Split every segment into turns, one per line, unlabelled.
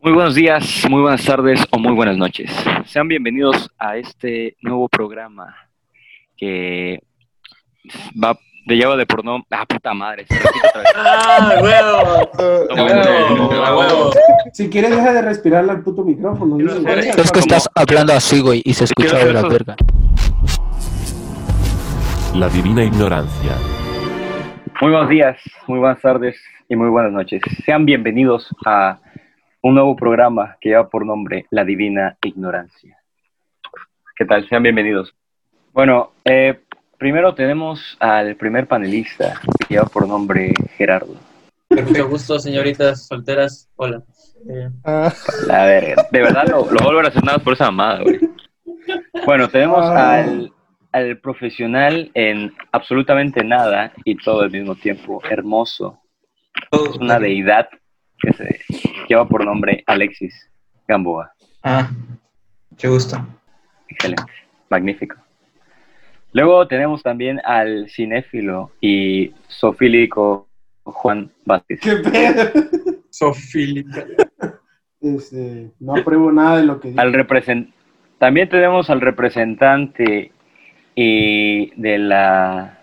Muy buenos días, muy buenas tardes o muy buenas noches. Sean bienvenidos a este nuevo programa que va de lleva de por no... Ah, puta madre. se repite otra vez.
¡Ah, huevo!
No,
¡Huevo!
no,
¡A huevo!
Si quieres, deja de respirarle al puto micrófono.
Quiero
¿no?
hacer-
Es que estás hablando así, güey, y se escucha
Quiero
de la
hacer-
verga.
La divina ignorancia.
Muy buenos días, muy buenas tardes y muy buenas noches. Sean bienvenidos a un nuevo programa que lleva por nombre La Divina Ignorancia. ¿Qué tal? Sean bienvenidos. Bueno, eh, primero tenemos al primer panelista que lleva por nombre Gerardo.
Mucho gusto, señoritas solteras. Hola. Eh,
La verga. De verdad lo, lo vuelvo a relacionar por esa mamada, güey. Bueno, tenemos
Ah.
al, al profesional en absolutamente nada y todo al mismo tiempo hermoso. Es una deidad que se lleva por nombre Alexis Gamboa.
Ah, qué gusto.
Excelente. Magnífico. Luego tenemos también al cinéfilo y sofílico Juan Vázquez.
¿Qué pedo?
Sofílica.
Este, no apruebo nada de lo que
al represent- también tenemos al representante y de la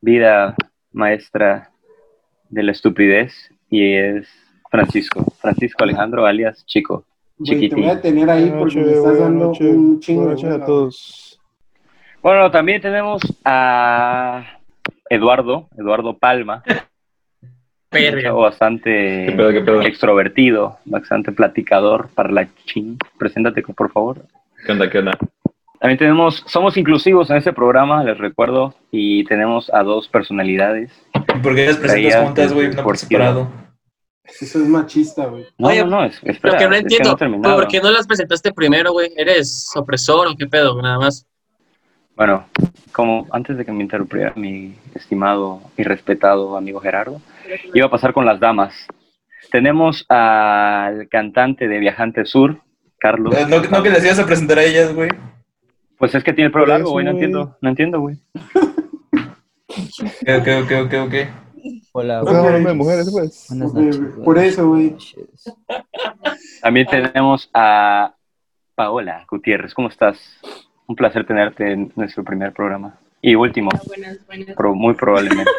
vida maestra de la estupidez y es Francisco, Francisco Alejandro alias Chico.
Güey, te voy
chiquitín.
a tener ahí porque me estás dando un chingo. de hueva.
todos.
Bueno, también tenemos a Eduardo, Eduardo Palma, un
Perra.
chavo bastante extrovertido, bastante platicador para la chin. Preséntate, por favor.
¿Qué onda? ¿Qué onda?
También tenemos, somos inclusivos en este programa, les recuerdo, y tenemos a dos personalidades.
¿Y por qué las presentas
Traía
juntas, güey? No por
por
separado.
Eso es machista, güey.
No,
Oye,
no, no, es- espera,
Lo que no
es
entiendo,
he terminado.
¿por qué no las presentaste primero, güey? ¿Eres opresor o qué pedo? Nada más.
Bueno, como antes de que me interrumpiera mi estimado y respetado amigo Gerardo, iba a pasar con las damas. Tenemos al cantante de Viajante Sur, Carlos.
Eh, No, no que las ibas a presentar a ellas, güey.
Pues es que tiene el pelo
Por
largo,
eso,
güey, no
güey.
entiendo, no entiendo, güey.
Ok, ok, ok, ok, ok.
Hola,
güey.
No, no, mujeres, pues.
Buenas
Ok,
noches.
güey.
buenas
Por eso, güey.
noches.
También tenemos a Paola Gutiérrez. ¿Cómo estás? Un placer tenerte en nuestro primer programa. Y último,
Buenas, buenas.
pro- muy probablemente.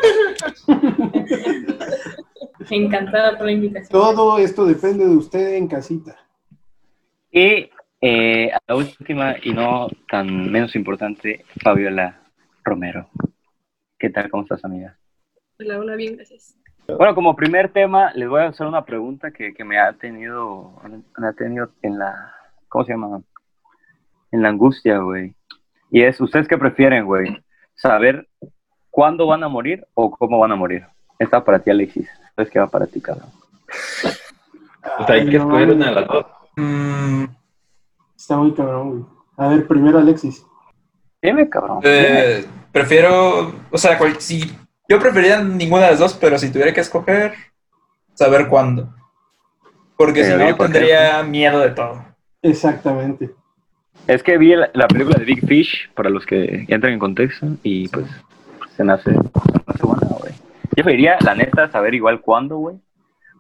Encantada por la invitación.
Todo esto depende de usted en casita.
Y eh, a la última y no tan menos importante, Fabiola Romero. ¿Qué tal? ¿Cómo estás, amiga?
Hola, hola, bien, gracias.
Bueno, como primer tema, les voy a hacer una pregunta que, que me ha tenido, me ha tenido en la, ¿cómo se llama? En la angustia, güey. Y es, ¿ustedes qué prefieren, güey? ¿Saber cuándo van a morir o cómo van a morir? Esta para ti, Alexis. ¿Sabes qué va para ti, cabrón?
O sea, hay
Ay,
que
no,
escoger
güey.
una de las dos.
Mm,
Está muy cabrón, güey. A ver, primero Alexis.
Dime, cabrón. dime.
eh, prefiero, o sea, cual- si, yo preferiría ninguna de las dos, pero si tuviera que escoger, saber cuándo. Porque
Eh,
si
oye,
no,
¿por qué?
tendría miedo de todo.
Exactamente.
Es que vi la, la película de Big Fish, para los que entran en contexto, y pues se me hace, se me hace buena, güey. Yo pediría, la neta, saber igual cuándo, güey,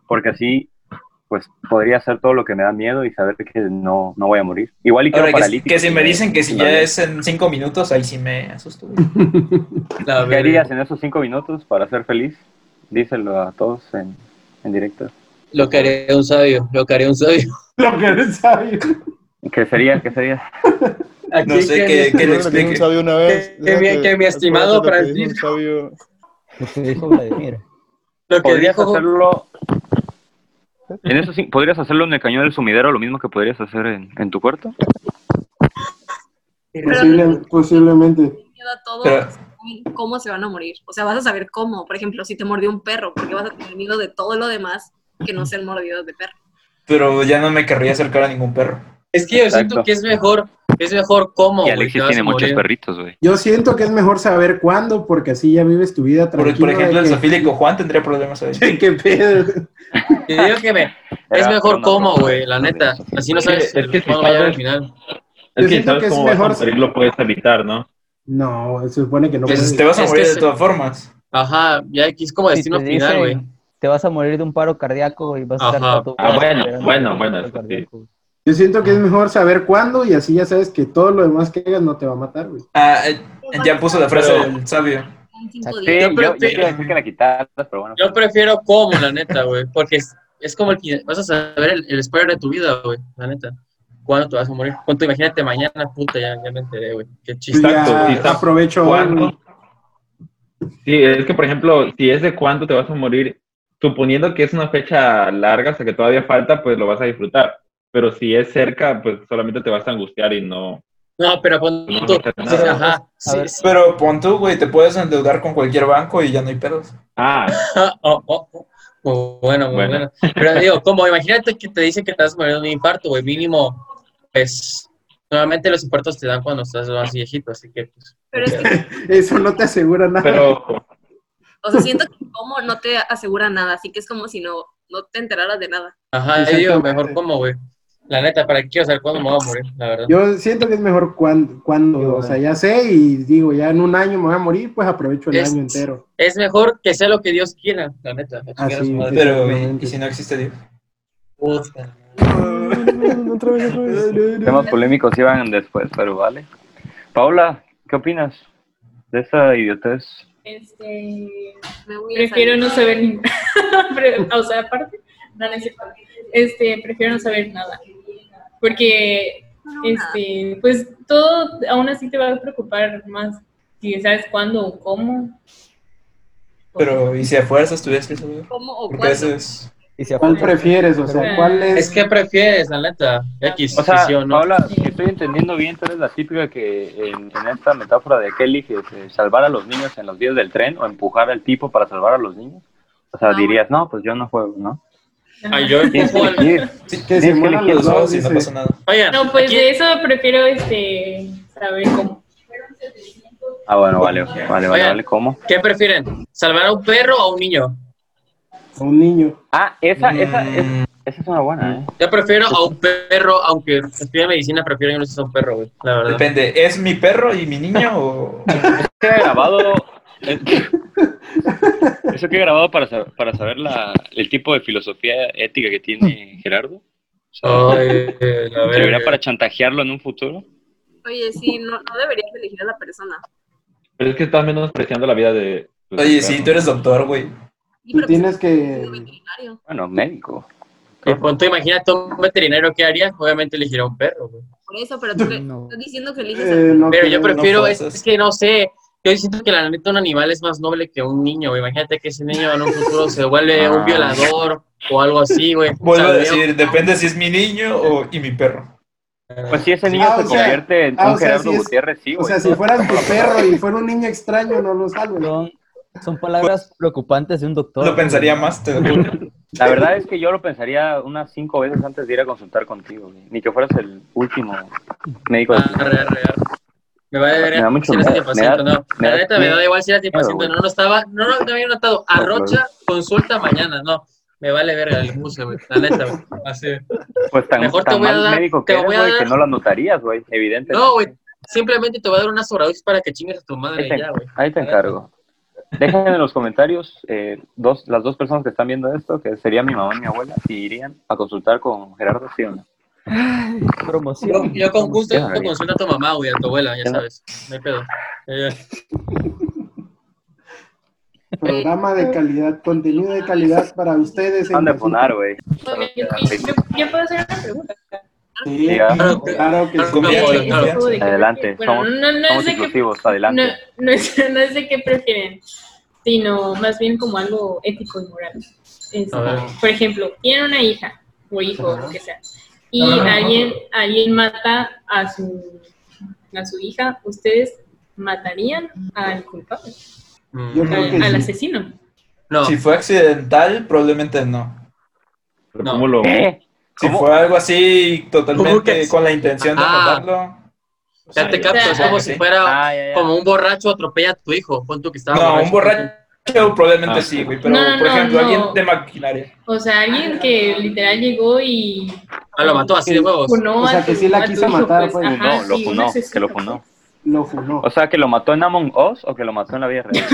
porque así, pues, podría hacer todo lo que me da miedo y saber que no, no voy a morir. Igual y quedo
Ahora, que,
paralítico.
que si me dicen que si
Una
ya
vez.
es en cinco minutos, ahí sí me asusto. güey.
La
¿Qué
verga.
harías en esos cinco minutos para ser feliz? Díselo a todos en, en directo.
Lo que haría un sabio, lo que haría un sabio.
Lo que no sabe.
¿Qué sería? ¿Qué sería?
No sé qué, qué le explique.
sabio una vez.
Que- que mi-
Déjate-
que mi estimado
acuérdate lo que dijo
Francisco.
un sabio.
Lo que dijo Vladimir.
Lo que
podrías
dijo
hacerlo en eso sí, podrías hacerlo en el cañón del sumidero lo mismo que podrías hacer en, en tu cuarto
Posible- posiblemente.
Miedo a todo,
Pero-
cómo se van a morir. O sea, vas a saber cómo. Por ejemplo, si te mordió un perro, porque vas a tener miedo de todo lo demás que no sean mordidos de perro.
Pero ya no me querría acercar a ningún perro.
Es que yo
Exacto.
siento que es mejor, es mejor cómo.
y
güey, te
Alexis
vas
tiene
a
muchos
morir.
perritos güey
Yo siento que es mejor saber cuándo, porque así ya vives tu vida
Por,
tranquila.
por ejemplo, el
de
zofílico Juan tendría problemas ahí.
que- ¿Qué pedo?
Te digo que me- es
Era
mejor
una
cómo,
broma.
güey, la neta. Así no
Es que-
sabes
es que si
cómo va a llegar al
sabes-
final.
Yo
Es que
siento
sabes
que es
cómo vas a
mejor-
morir, lo puedes evitar, ¿no?
No, se supone que no
Pues
puedes.
te vas a
Es que
morir de
se-
todas formas.
Ajá, ya aquí es como
Si
destino
te
final, güey.
dicen- te vas a morir de un paro cardíaco y vas a estar
Ajá.
toda tu
Ah,
vida
bueno,
esperando
bueno,
un
bueno,
paro
eso sí.
cardíaco.
Yo siento que es mejor saber cuándo y así ya sabes que todo lo demás que hagas no te va a matar, güey.
Ah, eh,
Pues
ya puso la frase
Pero-
del sabio.
En cinco
Sí,
días.
yo, yo
prefiero-
quiero decir que la quitaras, pero bueno.
Yo prefiero como, la neta, güey. Porque es, es como el que vas a saber el, el spoiler de tu vida, güey. La neta. ¿Cuándo te vas a morir? ¿Cuánto? Imagínate mañana, puta, ya, ya me enteré, güey. Qué
Pues
chiste.
Exacto, sí,
ya
exacto.
aprovecho hoy,
¿Cuándo?
güey.
Sí, es que, por ejemplo, si es de cuánto te vas a morir, suponiendo que es una fecha larga, o sea, que todavía falta, pues lo vas a disfrutar. Pero si es cerca, pues solamente te vas a angustiar y no...
No, pero pon
No,
tú.
no, no,
sí,
no,
ajá. Sí,
ver.
sí.
Pero pon tú, güey, te puedes endeudar con cualquier banco y ya no hay pedos.
Ah,
Oh, oh, oh. Muy bueno, muy bueno.
Bueno.
Pero digo, como imagínate que te dice que te vas a morir de un infarto, güey. Mínimo, pues. Normalmente los infartos te dan cuando estás más viejito, así que, pues.
Pero es que,
Eso no te asegura nada.
pero...
o sea, siento que como no te asegura nada, así que es como si no, no te enteraras de nada.
Ajá, yo digo,
Exactamente.
mejor como, güey. La neta, ¿para qué quiero saber cuándo me voy a morir? La verdad.
Yo siento que es mejor cuando, cuando o sea, ya sé y digo, ya en un año me voy a morir, pues aprovecho el
Es-
año entero.
Es mejor que sea lo que Dios quiera, la neta. La chingada
Ah, sí.
su madre.
Pero, ¿y,
Exactamente.
y si no existe Dios?
Puta.
Temas polémicos iban después, pero vale. Paola, ¿qué opinas de esa idiotez?
Este,
Me voy a
prefiero
salir.
no saber ni Pre- o sea, aparte, no, no es cierto. Este, prefiero no saber nada. Porque, este, pues todo, aún así te va a preocupar más si sabes cuándo o cómo.
Pero, ¿y si a fuerzas tuvieras que saber?
¿Cómo o
Porque eso
cuándo?
es...
Y se
¿Cuál prefieres? O sea, ¿cuál es?
Es que prefieres, la neta. X,
O sea,
sí o no.
Paola, si estoy entendiendo bien, tú eres la típica que en, en esta metáfora de Kelly, que es eh, salvar a los niños en los días del tren o empujar al tipo para salvar a los niños. O sea,
No.
dirías, no, pues yo no juego, ¿no?
Ajá.
Ay, Ah, yo
Tienes que
empujo al-
elegir.
Que
Sí,
se
Tienes que
mueran
elegir
los
los
dos,
dos y no
dice.
pasa nada.
Oigan,
No, pues
aquí-
de eso prefiero este, saber cómo.
Ah, bueno, vale, vale, vale,
Oigan.
vale, ¿cómo?
¿qué prefieren? ¿Salvar a un perro o a un niño?
A un niño.
Ah, esa, esa, es-
Mm,
esa es una buena, ¿eh?
Yo prefiero a un perro, aunque estudie medicina, prefiero yo no ser un perro, güey. La verdad.
Depende, ¿es mi perro y mi niño o...?
que grabado. Eso que he grabado para, sa- para saber la, el tipo de filosofía ética que tiene Gerardo. O sea,
Ay, eh,
Oh,
la
¿Servirá
verga.
para chantajearlo en un futuro?
Oye, sí, no, no deberías elegir a la persona.
Pero es que estás menospreciando la vida de... pues,
Oye,
del
sí,
perro.
tú eres doctor, güey.
Y
Tú
pero pues,
tienes
es un
que...
veterinario.
Bueno, médico.
Y pon tú, imagínate un veterinario, ¿qué harías? Obviamente elegirá a un perro, güey.
Por eso, pero tú le-
No.
estás diciendo que eliges a
eh, no
Pero yo
creo.
prefiero,
no
es,
forzas.
es que no sé, yo siento que la neta un animal es más noble que un niño, güey. Imagínate que ese niño en un futuro se vuelve un
Ah.
violador o algo así, güey.
Vuelvo a
O sea, veo-
decir, depende si es mi niño o, y mi perro.
Pues si ese niño
Ah,
se
o sea,
convierte en
ah,
un
o sea,
Gerardo
sí es-
Gutiérrez, sí,
O
güey.
sea, si fueras tu perro y fuera un niño extraño, no lo salves.
Son, son palabras preocupantes de un doctor.
Lo pensaría más, te lo juro.
La verdad es que yo lo pensaría unas cinco veces antes de ir a consultar contigo, güey. Ni que fueras el último médico de tu
Ah, Arre, arre, arre. Me va a
Me da
dar
mucho
si eres
miedo,
antipaciente o
me da-
no.
me
La
da
neta me da
miedo,
igual si eres antipaciente o
güey.
no. No lo estaba, no lo no había notado. Arrocha, consulta mañana. No, me vale verga, le puse, güey. La neta, güey. Así.
Pues tan,
Mejor te
tan
voy a
mal
dar-
médico que
te
eres,
voy a
güey, que
dar-
no lo notarías, güey. Evidente.
No, güey. Simplemente te voy a dar una sobredosis para que chingues a tu madre
Ahí te,
ya, güey.
ahí te encargo. Dejen en los comentarios eh, dos, las dos personas que están viendo esto, que sería mi mamá y mi abuela, si irían a consultar con Gerardo sí o no.
Yo,
Promoción.
yo con gusto
Ya, ya.
consulta a tu mamá, güey, a tu abuela, ya
Ya.
sabes. No hay pedo. Eh, Ya, ya.
Programa de calidad, contenido de calidad para ustedes. en
Han de
casita.
poner, güey.
Yo, yo- yo puedo hacer una pregunta.
Sí,
Claro
claro,
que-
que sí.
Claro.
Eh,
claro.
eso de que-
Adelante,
Bueno,
somos-
no, no es
Somos
de que
inclusivos, adelante.
No, no es, no es de qué prefieren, sino más bien como algo ético y moral. Es,
A ver.
por ejemplo, tienen una hija o hijo, o lo que sea, y
Ajá.
alguien, alguien mata a su, a su hija, ¿ustedes matarían al culpable,
Mm,
Yo
al,
creo que
al
sí.
asesino?
No,
Si fue accidental, probablemente no.
Pero
No.
¿Cómo lo...?
¿Eh?
Si
¿Cómo?
fue algo así
¿Cómo que-
totalmente con la intención de
Ah.
matarlo. pues
ya te
sí.
capto, es
sea,
como
sí.
si fuera
Ah, ya, ya.
como un borracho atropella a tu hijo. Pon tú que estaba
No, un borracho probablemente
Ah.
sí, güey. Pero,
No, no,
por
no,
ejemplo,
no.
alguien de maquinaria.
O sea, alguien que literal llegó y...
Ah, lo mató así de huevos.
Funó
O sea,
a
que
tu-
sí la
a tu
quiso
hijo,
matar, pues.
Ajá,
No, lo
sí, un
funó,
asesino,
que lo funó.
pues.
Lo funó.
O sea, que lo mató en Among Us o que lo mató en la vida real.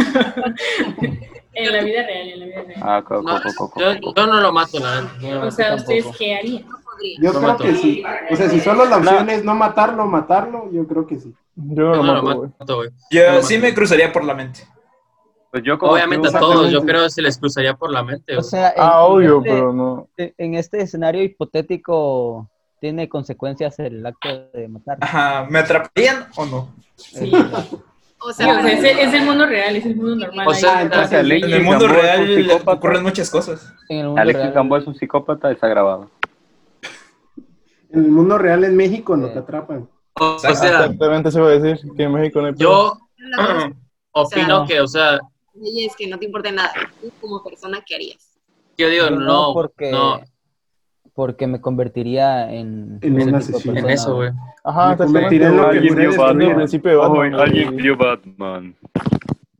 En la vida real, en la vida real.
Ah, coco,
No,
coco, coco.
yo, yo no lo mato, la neta. yo no lo
O
mato
sea,
tampoco.
¿ustedes qué harían?
No podría.
Yo
Lo
creo
mato.
que sí. O sea, si solo la opción es no matarlo, matarlo, yo creo que sí.
Yo
Yo
no
no lo mato, güey.
Yo
Pero-
sí me cruzaría por la mente.
Pues yo como
Obviamente a
tú-
todos, yo
exactamente.
creo que se les cruzaría por la mente.
O
güey.
sea, en-
Ah,
en
obvio,
eh,
este-
pero no.
En este escenario hipotético, ¿tiene consecuencias el acto de matar?
Ajá, ¿me atraparían o no?
Sí.
O
Sí, o
sea,
sea, es, el- es el mundo real, es el mundo normal.
O sea,
Ahí-
O sea,
Sí,
Alexis
En el mundo
Gamboa es un
real
psicópata.
ocurren muchas cosas.
En el mundo
Alexis
real.
Gamboa es un psicópata desagravado.
En el mundo real en México no te atrapan.
O sea,
Exactamente se va a decir que en México no hay
yo
la cosa
Ah.
opino
no.
que, o sea,
de ella es que no te importa nada. Tú como persona, ¿qué harías?
yo digo,
Yo
no,
porque,
no,
porque me convertiría en...
En un
ese tipo de
en
asesino.
persona,
eso, güey.
Ajá,
Me
exactamente.
convertiré en lo que
Alguien
juré
vio
destruir.
Batman, el principio de Batman. güey.
Batman.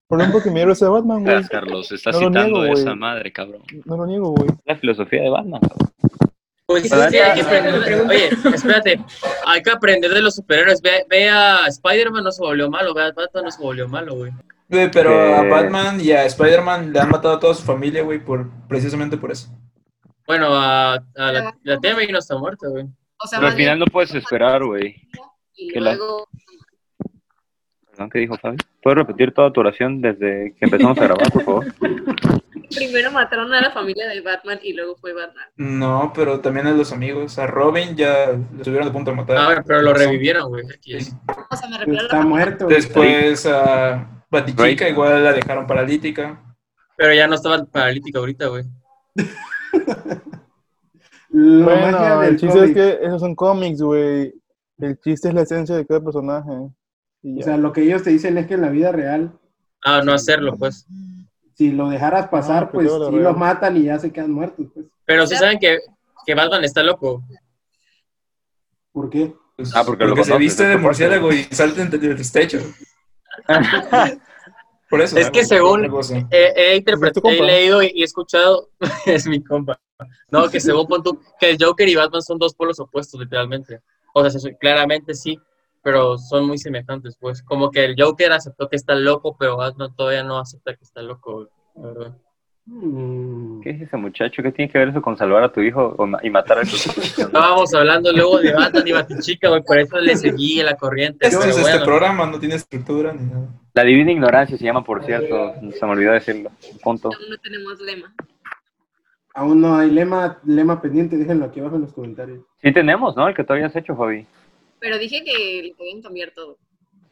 Por ejemplo, que mi héroe sea Batman, güey.
Carlos, estás
No lo citando niego, esa güey.
madre, cabrón.
No lo niego, güey.
La filosofía de Batman.
Pues,
Pero
sí,
esa-
hay que aprender- Oye, espérate, hay que aprender de los superhéroes. Ve, ve a Spider-Man, no se volvió malo, ve a Batman, no se volvió malo, güey.
Güey, Pero a
Eh.
Batman y a Spider-Man le han matado a toda su familia, güey, por, precisamente por eso.
Bueno, a, a la, la Temi no está muerta, güey.
O sea,
Pero al
más bien,
final no puedes esperar, güey.
y
que la-
luego,
Perdón, ¿Qué dijo Fabi? ¿Puedes repetir toda tu oración desde que empezamos a grabar, por favor?
primero mataron a la familia de Batman y luego fue Batman.
No, pero también a los amigos. A Robin ya lo tuvieron a punto de matar.
Ah, bueno, pero lo revivieron, güey. Aquí es.
O sea, me refiero
Pues,
a la
Está
familia.
muerto. güey.
Después a Batichica,
Right.
igual la dejaron paralítica.
Pero ya no estaba paralítica ahorita, güey.
La magia
Bueno,
del
el chiste
cómic.
es que esos son cómics, güey. El chiste es la esencia de cada personaje. Y
O
ya.
sea, lo que ellos te dicen es que en la vida real,
Ah, no hacerlo, pues.
si lo dejaras pasar,
Ah, pues
pues
yo la
sí
veo.
los matan y ya se quedan muertos. Pues.
Pero sí saben que, que Batman está loco.
¿Por qué?
Pues,
Ah, porque lo
se
conoces,
viste
es
de
tu parte.
murciélago y salta entre los techos. Por eso.
Es que según- eh,
algo así.
He, he
tu
interpretado,
compa.
he leído y, y he escuchado. es mi compa. No, que según pon tú, que el Joker y Batman son dos polos opuestos, literalmente. O sea, se- claramente sí, pero son muy semejantes, pues. Como que el Joker aceptó que está loco, pero Batman todavía no acepta que está loco, güey. La verdad.
Mm.
¿Qué es ese muchacho? ¿Qué tiene que ver eso con salvar a tu hijo o ma- y matar a tu
Estábamos hablando luego de Batman y Batichica, güey, por eso le seguí la corriente.
Este
pero
es
bueno.
este programa, no tiene estructura ni nada.
La divina ignorancia se llama, por cierto. Se me olvidó decirlo. Punto.
Aún no tenemos lema.
Aún no hay lema, lema pendiente, déjenlo aquí abajo en los comentarios.
Sí tenemos, ¿no? El que tú habías hecho, Fabi.
Pero dije que le podían cambiar todo.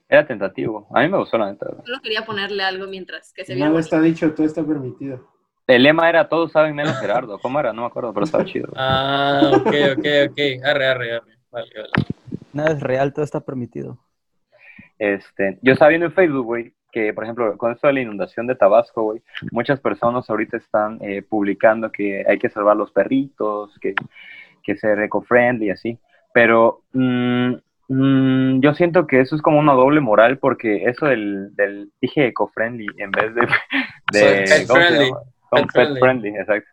Era tentativo. A mí me gustó la neta.
Solo quería ponerle algo mientras que se viera.
Nada
bonito.
está dicho, todo está permitido.
El lema era todos saben menos Gerardo. ¿Cómo era? No me acuerdo, pero estaba chido.
Ah, ok, ok, ok. Arre, arre, arre. Vale, vale.
Nada es real, todo está permitido.
Este, yo estaba viendo en Facebook, güey, que por ejemplo, con esto de la inundación de Tabasco, güey, muchas personas ahorita están eh, publicando que hay que salvar los perritos, que, que ser eco-friendly y así. Pero mm, mm, yo siento que eso es como una doble moral porque eso del, del dije eco-friendly en vez de... de ¿cómo se
Soy pet-friendly.
llama? Son
Pet-friendly.
pet-friendly, exacto.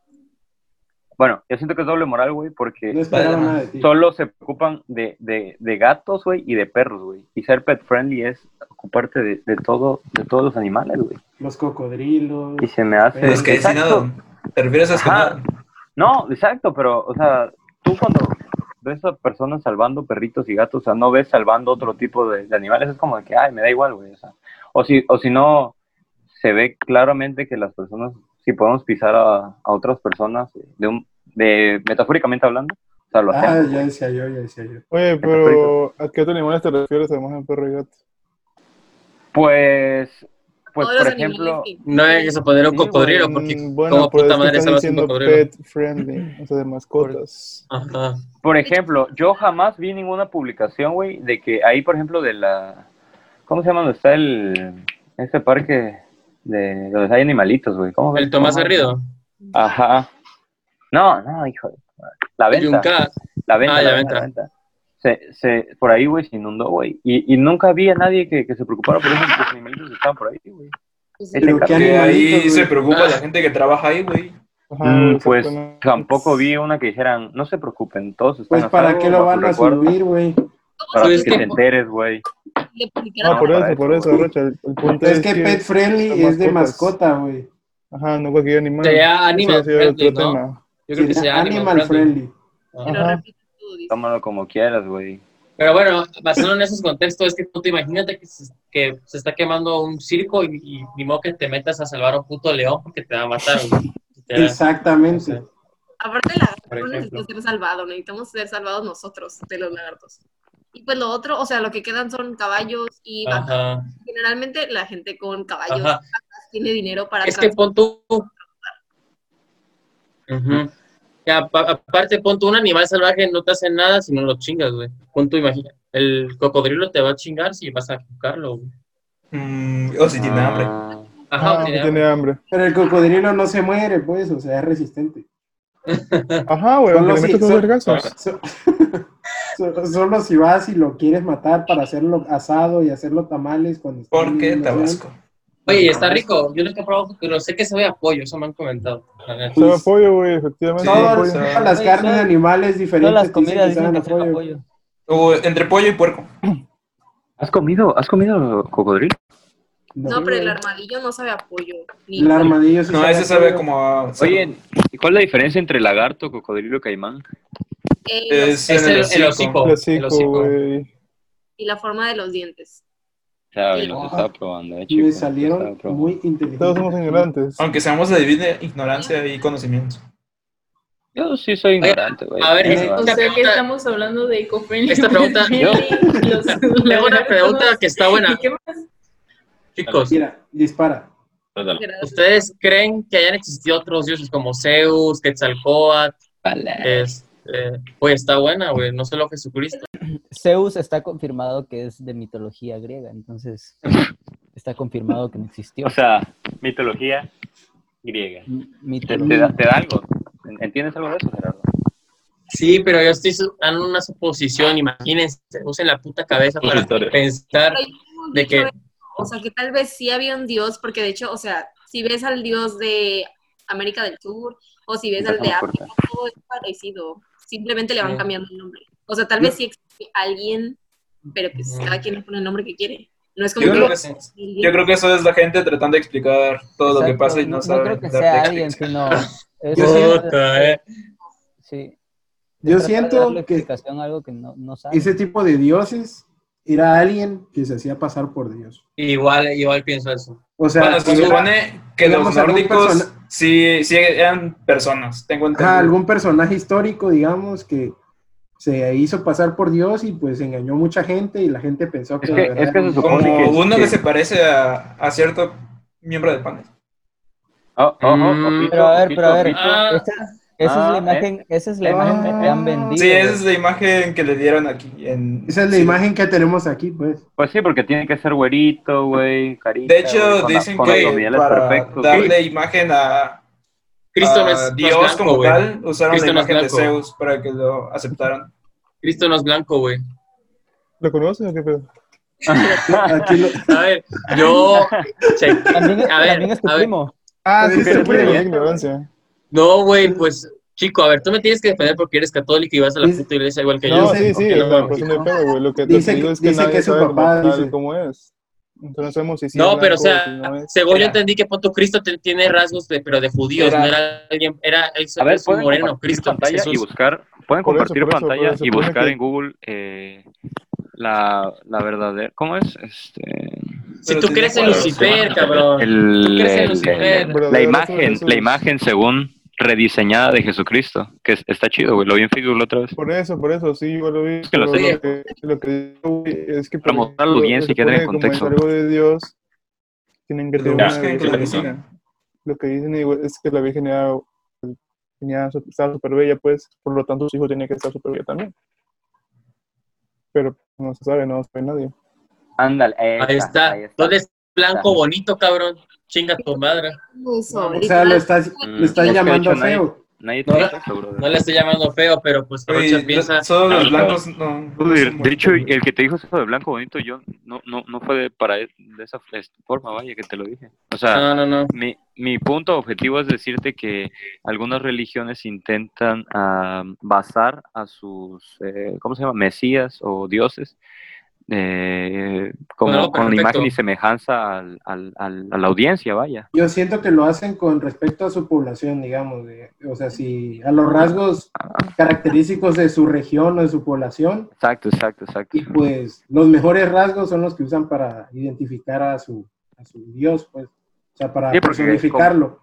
Bueno, yo siento que es doble moral, güey, porque
No esperaba
Vale,
nada de ti.
solo se preocupan de, de, de gatos, güey, y de perros, güey. Y ser pet friendly es ocuparte de, de todo, de todos los animales, güey.
Los cocodrilos.
Y se me hace...
Pero
Los que
Exacto.
nada. ¿Te refieres a eso?
Ajá. No, exacto, pero, o sea, tú cuando ves a personas salvando perritos y gatos, o sea, no ves salvando otro tipo de, de animales, es como de que, ay, me da igual, güey, o sea. O si, o si no, se ve claramente que las personas, si podemos pisar a, a otras personas, de un, de, metafóricamente hablando, o sea, lo
Ah,
hacemos.
ya
pues.
decía yo, ya decía yo.
Oye, pero ¿a qué otros animales te refieres además de perro y gato?
Pues, pues
Todos
por
los
ejemplo,
animales que-
No hay que poner un
Sí,
cocodrilo,
güey,
porque
mm, bueno,
como
pero
puta
es que
madre
están
salvas un
diciendo
cocodrilo.
pet friendly, o sea, de mascotas.
Ajá.
por ejemplo, yo jamás vi ninguna publicación, güey, de que ahí, por ejemplo, de la, ¿cómo se llama? Donde está el, este parque de donde hay animalitos, güey. ¿Cómo
El Tomás Garrido.
Ajá. No, no, hijo. de- La
El
venta,
Yunca.
la venta,
Ah,
la
la
venta, la venta. Se, se, por ahí, güey, se inundó, güey. Y, y nunca vi a nadie que, que se preocupara por esos los animalitos que estaban por ahí, güey.
Ah,
pues,
Este
Pero qué
cabrón.
Que
animalitos,
ahí
güey.
se preocupa
Ah.
la gente que trabaja ahí, güey.
Ajá,
Mm,
exacto,
pues
¿no?
tampoco vi una que dijeran, no se preocupen, todos están
Pues para
salvo,
qué lo
bajo
van a
resguardo".
subir, güey.
Para
Pues es
que
que-
te enteres, güey.
Le publicara
No, Ah, por
para
eso, por
eso,
eso,
güey.
Rocha. El, el punto
Es que pet friendly
las
es de
mascotas.
mascota, güey.
Ajá, no cualquier animal.
Sería
Ese
animal
ha sido
friendly, ¿no?
tema.
Yo creo que
Sí,
sea animal, friendly.
pero
Ajá.
repito tú, dice.
Tómalo como quieras, güey.
Pero bueno, basado en esos contextos, es que tú te imagínate que se, que se está quemando un circo y, y ni modo que te metas a salvar a un puto león porque te va a matar. güey. Te da-
Exactamente.
o sea,
Aparte, la
Por
no necesita
ejemplo.
ser salvado, necesitamos ser salvados nosotros de los lagartos. Y pues lo otro, o sea, lo que quedan son caballos y vacas.
Ajá.
Generalmente la gente con caballos
Ajá.
vacas, tiene dinero para
Es que
transportar.
pon tú. Ujú. Ya, pa- aparte, pon tú un animal salvaje, no te hace nada si no lo chingas, güey. Pon tú, imagina. El cocodrilo te va a chingar si vas a buscarlo, güey.
Mm, o si tiene hambre.
Ajá,
Ah,
tiene-
tiene hambre.
Pero el cocodrilo no se muere, pues, o sea, es resistente.
Ajá, güey,
Solo
le
sí,
metes dos
solo-
vergazos.
So- so- solo si vas y lo quieres matar para hacerlo asado y hacerlo tamales cuando esté en
Porque
inundación.
Tabasco.
Oye, y está rico. Yo nunca he probado, pero sé que se ve a pollo, eso me han comentado. la neta.
Sabe a pollo, güey, efectivamente.
Sí,
sabe
pues.
a
Todas
pollo.
sí.
todas las
Oye,
carnes
son-
de animales
Todas
diferentes
las
dicen
comidas
que
dicen
saben
que
a
saben
pollo.
a pollo.
O entre pollo y puerco.
¿Has comido, has comido cocodrilo?
No, pero el armadillo no sabe apoyo. Ni
El armadillo sí
No,
sabe
ese
a
sabe
pollo.
como a-
Oye, ¿y cuál es la diferencia entre lagarto, cocodrilo, caimán?
Eh,
Es
Es
en el,
el, el
hocico.
hocico.
El
El
hocico,
hocico.
güey.
y la forma de los dientes.
Sabe, los
Ajá.
estaba probando, eh, chicos.
Me
los estaba
salieron
probando.
muy inteligentes.
Todos somos ignorantes.
Aunque seamos de divina ignorancia y conocimiento.
Yo sí soy ignorante, güey.
a ver,
Me
eh,
vale.
O sea
Esta
que
pregunta-
estamos hablando de eco-friendly.
Esta pregunta-
Yo-
Tengo una pregunta que está buena,
¿Y qué más?
chicos.
Mira, dispara.
Total.
¿Ustedes creen que hayan existido otros dioses como Zeus, Quetzalcóatl? Este, güey, está buena, güey, no solo Jesucristo.
Zeus está confirmado que es de mitología griega, entonces está confirmado que no existió.
O sea, mitología griega.
M-
¿Te,
mitología.
te da, te da algo? ¿En- ¿Entiendes algo de eso, Gerardo?
Sí, pero yo estoy su- en una suposición, imagínense, usen la puta cabeza para
Historia.
pensar.
Pero yo tengo un
¿De
dicho
qué?
O sea, que tal vez sí había un dios, porque de hecho, o sea, si ves al dios de América del Sur o si ves al de
Empezamos
África, todo es parecido. Simplemente le van
Sí.
cambiando el nombre. O sea, tal vez sí existe alguien, pero pues
Ujú.
cada quien le pone el nombre que quiere. No es como
Yo creo,
que-
que, sí. Yo creo que eso es la gente tratando de explicar todo lo que
Exacto,
pasa y no, sabe.
creo que
darte
sea alguien,
explicación.
sino. es-
Puta, eh.
sí.
Yo
Tratar de
siento
darle
que-
explicación a algo que no, no sabe.
Ese tipo de dioses era alguien que se hacía pasar por Dios.
Igual, igual pienso eso.
O sea,
bueno, se
era-
supone que los
digamos, algún
nórdicos
persona-
sí, sí eran personas, tengo entendido.
Ajá, algún personaje histórico, digamos, que se hizo pasar por Dios y pues engañó mucha gente y la gente pensó que...
Es
la
que,
verdad
es que se
era-
supone
Como
que...
uno
que-
que se parece a, a cierto miembro del panel.
Oh, oh, oh,
Mm.
ojito,
Pero a ver,
ojito,
pero a ver.
ojito.
Ah,
Esa, esa es
Ah,
la imagen, esa es la imagen que
Ah.
te han vendido.
Sí, esa es la imagen que le dieron aquí. En,
Esa es la
sí.
imagen que tenemos aquí, pues.
Pues sí, porque tiene que ser güerito, güey, carita.
De hecho,
güey, con la-
dicen
con
que
abdominales
para
perfectos,
darle
güey.
imagen a,
Cristo
a
no es, no es
Dios
blanco,
como
güey.
tal, usaron
Cristo
la
no es
imagen de
blanco.
Zeus para que lo aceptaran.
Cristo no es blanco, güey.
¿Lo conoces o qué pedo?
Aquí lo-
A ver, yo... che-
También, es-
A ver,
también es tu
a ver.
primo.
Ah, sí,
Pero
se
es
puede,
creyente,
ignorancia.
No, güey, pues, chico, a ver, tú me tienes que defender porque eres católico y vas a la
Dice-
puta iglesia igual que yo.
No, sí,
¿Por
sí,
qué
o
no?
sea, pues no hay pedo, güey. Lo que lo
Dice
que digo
que-
es que
dice
nadie
que su
sabe como
papá,
tal
dice.
cómo es. Entonces no sabemos si sí
No,
es
pero o
blanco,
sea,
si no es.
según yo
Era.
entendí que Ponto Cristo te- tiene rasgos de, pero de judíos,
Era.
no era alguien, era él
A ver,
es un
pueden
moreno,
compartir
Cristo,
pantalla y
Jesús.
buscar, pueden
Por eso,
compartir
por eso, por
pantalla
eso,
y
por eso
buscar
que-
en Google eh, la, la verdadera, ¿cómo es? Este,
Si
Pero
tú
tiene
crees en
cuadros.
Lucifer, cabrón.
el-
crees en
el-
Lucifer?
el- la
Verdadero
imagen,
Jesús.
la imagen según rediseñada de Jesucristo, que es- está chido, güey, lo vi en Facebook la otra vez.
Por eso, por eso, sí, yo lo vi.
que lo
pero
sé.
lo, que, lo que digo güey, es que...
Para
por
mostrar a la
ejemplo,
audiencia
se
y que tenga
supone como
contexto.
Es algo de Dios, tienen que
Lo
tener
Ya,
una
que
Virgen
tiene
Medicina. Lo que dicen igual es que la Virgen era, tenía- estaba súper bella, pues, por lo tanto su hijo tenía que estar súper bella también. Pero pues, no se sabe, no sabe nadie.
Ándale, ahí,
Ahí está.
ahí
¿Dónde es blanco
Está.
bonito, cabrón? Chinga tu madre.
Eso,
o sea, lo estás,
Mm,
lo estás
es que de
llamando
hecho nadie-
feo.
Nadie
No,
tiene
la-
sexo, brother.
no le estoy llamando feo, pero pues
Güey,
Rocha piensa.
solo los blancos no.
Brother, de hecho, el que te dijo eso de blanco bonito, yo no, no, no fue de, para e- de esa es- forma, vaya, que te lo dije. O sea,
No, no, no.
mi, mi punto objetivo es decirte que algunas religiones intentan ah, basar a sus, eh, ¿cómo se llama? Mesías o dioses, eh, como,
No,
con
perfecto.
imagen y semejanza al- al- al- a la audiencia, vaya.
Yo siento que lo hacen con respecto a su población, digamos, de- o sea, si a los rasgos característicos de su región o de su población,
Exacto, exacto, exacto.
y pues los mejores rasgos son los que usan para identificar a su, a su dios, pues, o sea, para
Sí, porque es
personificarlo.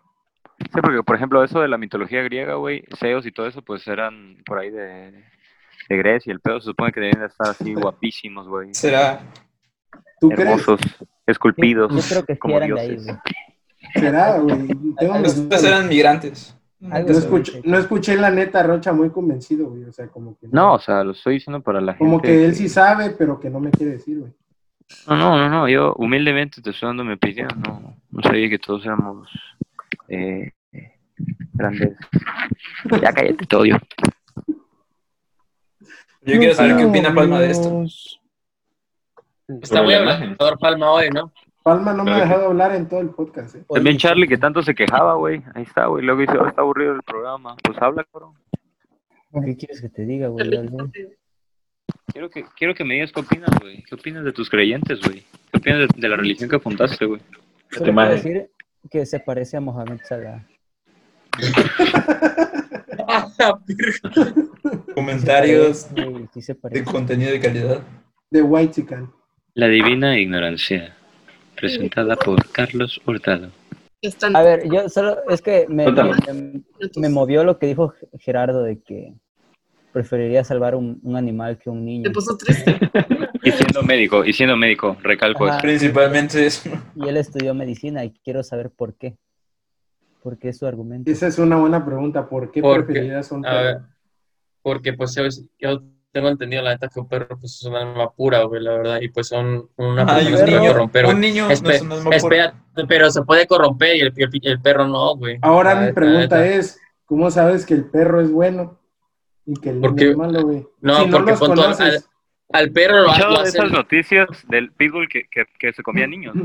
Sí, porque por ejemplo eso de la mitología griega, güey, Zeus y todo eso, pues eran por ahí de, de Grecia, el pedo se supone que debían de estar así guapísimos, güey,
Será.
¿Tú crees?
hermosos, esculpidos,
Yo creo que sí
como
eran de ahí,
dioses.
güey.
¿Será, güey? Tengo
Algo-
mis
Estos
dudas.
eran migrantes.
No escuché, no escuché la neta Rocha muy convencido, güey, o sea, como que...
No, o sea, lo estoy diciendo para la gente.
Como que él sí sabe, pero que no me quiere decir, güey.
No, no, no, no, yo humildemente te estoy dando mi opinión, no, no sabía que todos éramos eh, grandes. Ya cállate, te odio.
Yo quiero saber qué opina Palma de esto.
Vamos.
Está muy
la imagen.
hablador Palma hoy, ¿no?
Palma no me ha
Claro que-
dejado hablar en todo el podcast, ¿eh?
También Charlie que tanto se quejaba, güey, ahí está, güey, luego dice, "Oh, está aburrido el programa, pues habla, cabrón.
¿Qué quieres que te diga, güey? Algo.
Quiero que, quiero que me digas qué opinas, güey. ¿Qué opinas de tus creyentes, güey? ¿Qué opinas de, de la religión que apuntaste, güey?
Solo
te
puedo
imagen.
decir que se parece a Mohamed Salah.
Ah,
Comentarios
Sí, sí se
de
parece.
contenido de calidad.
De White Chican.
La divina ignorancia, presentada por Carlos Hurtado.
Están
A ver, yo solo, es que me,
Cuéntame.
me-
minutos.
me movió lo que dijo Gerardo de que preferiría salvar un, un animal que un niño.
Te puso triste.
Y siendo médico, y siendo médico, recalco
Ajá.
eso.
Principalmente eso.
Y él estudió medicina y quiero saber por qué. ¿Por qué es su argumento?
Esa es una buena pregunta. ¿Por qué
¿Por qué?
preferirías un
A ver,
perro?
porque pues ¿sabes? yo tengo entendido la neta que un perro pues, es un alma pura, güey, la verdad, y pues son una
Ay,
persona,
un
es un niño
niño,
rompero.
un niño no
Espe-
es un alma
espérate,
pura.
pero se puede corromper y el, el- el perro no, güey.
Ahora
La
mi
neta,
pregunta
la neta.
es, ¿cómo sabes que el perro es bueno y que el niño
¿Por qué?
es malo, güey?
No,
si no
porque
los
pon todo-
conoces,
Al perro lo, lo
Escuchado
hacen,
esas noticias del pitbull que, que, que se comía niños.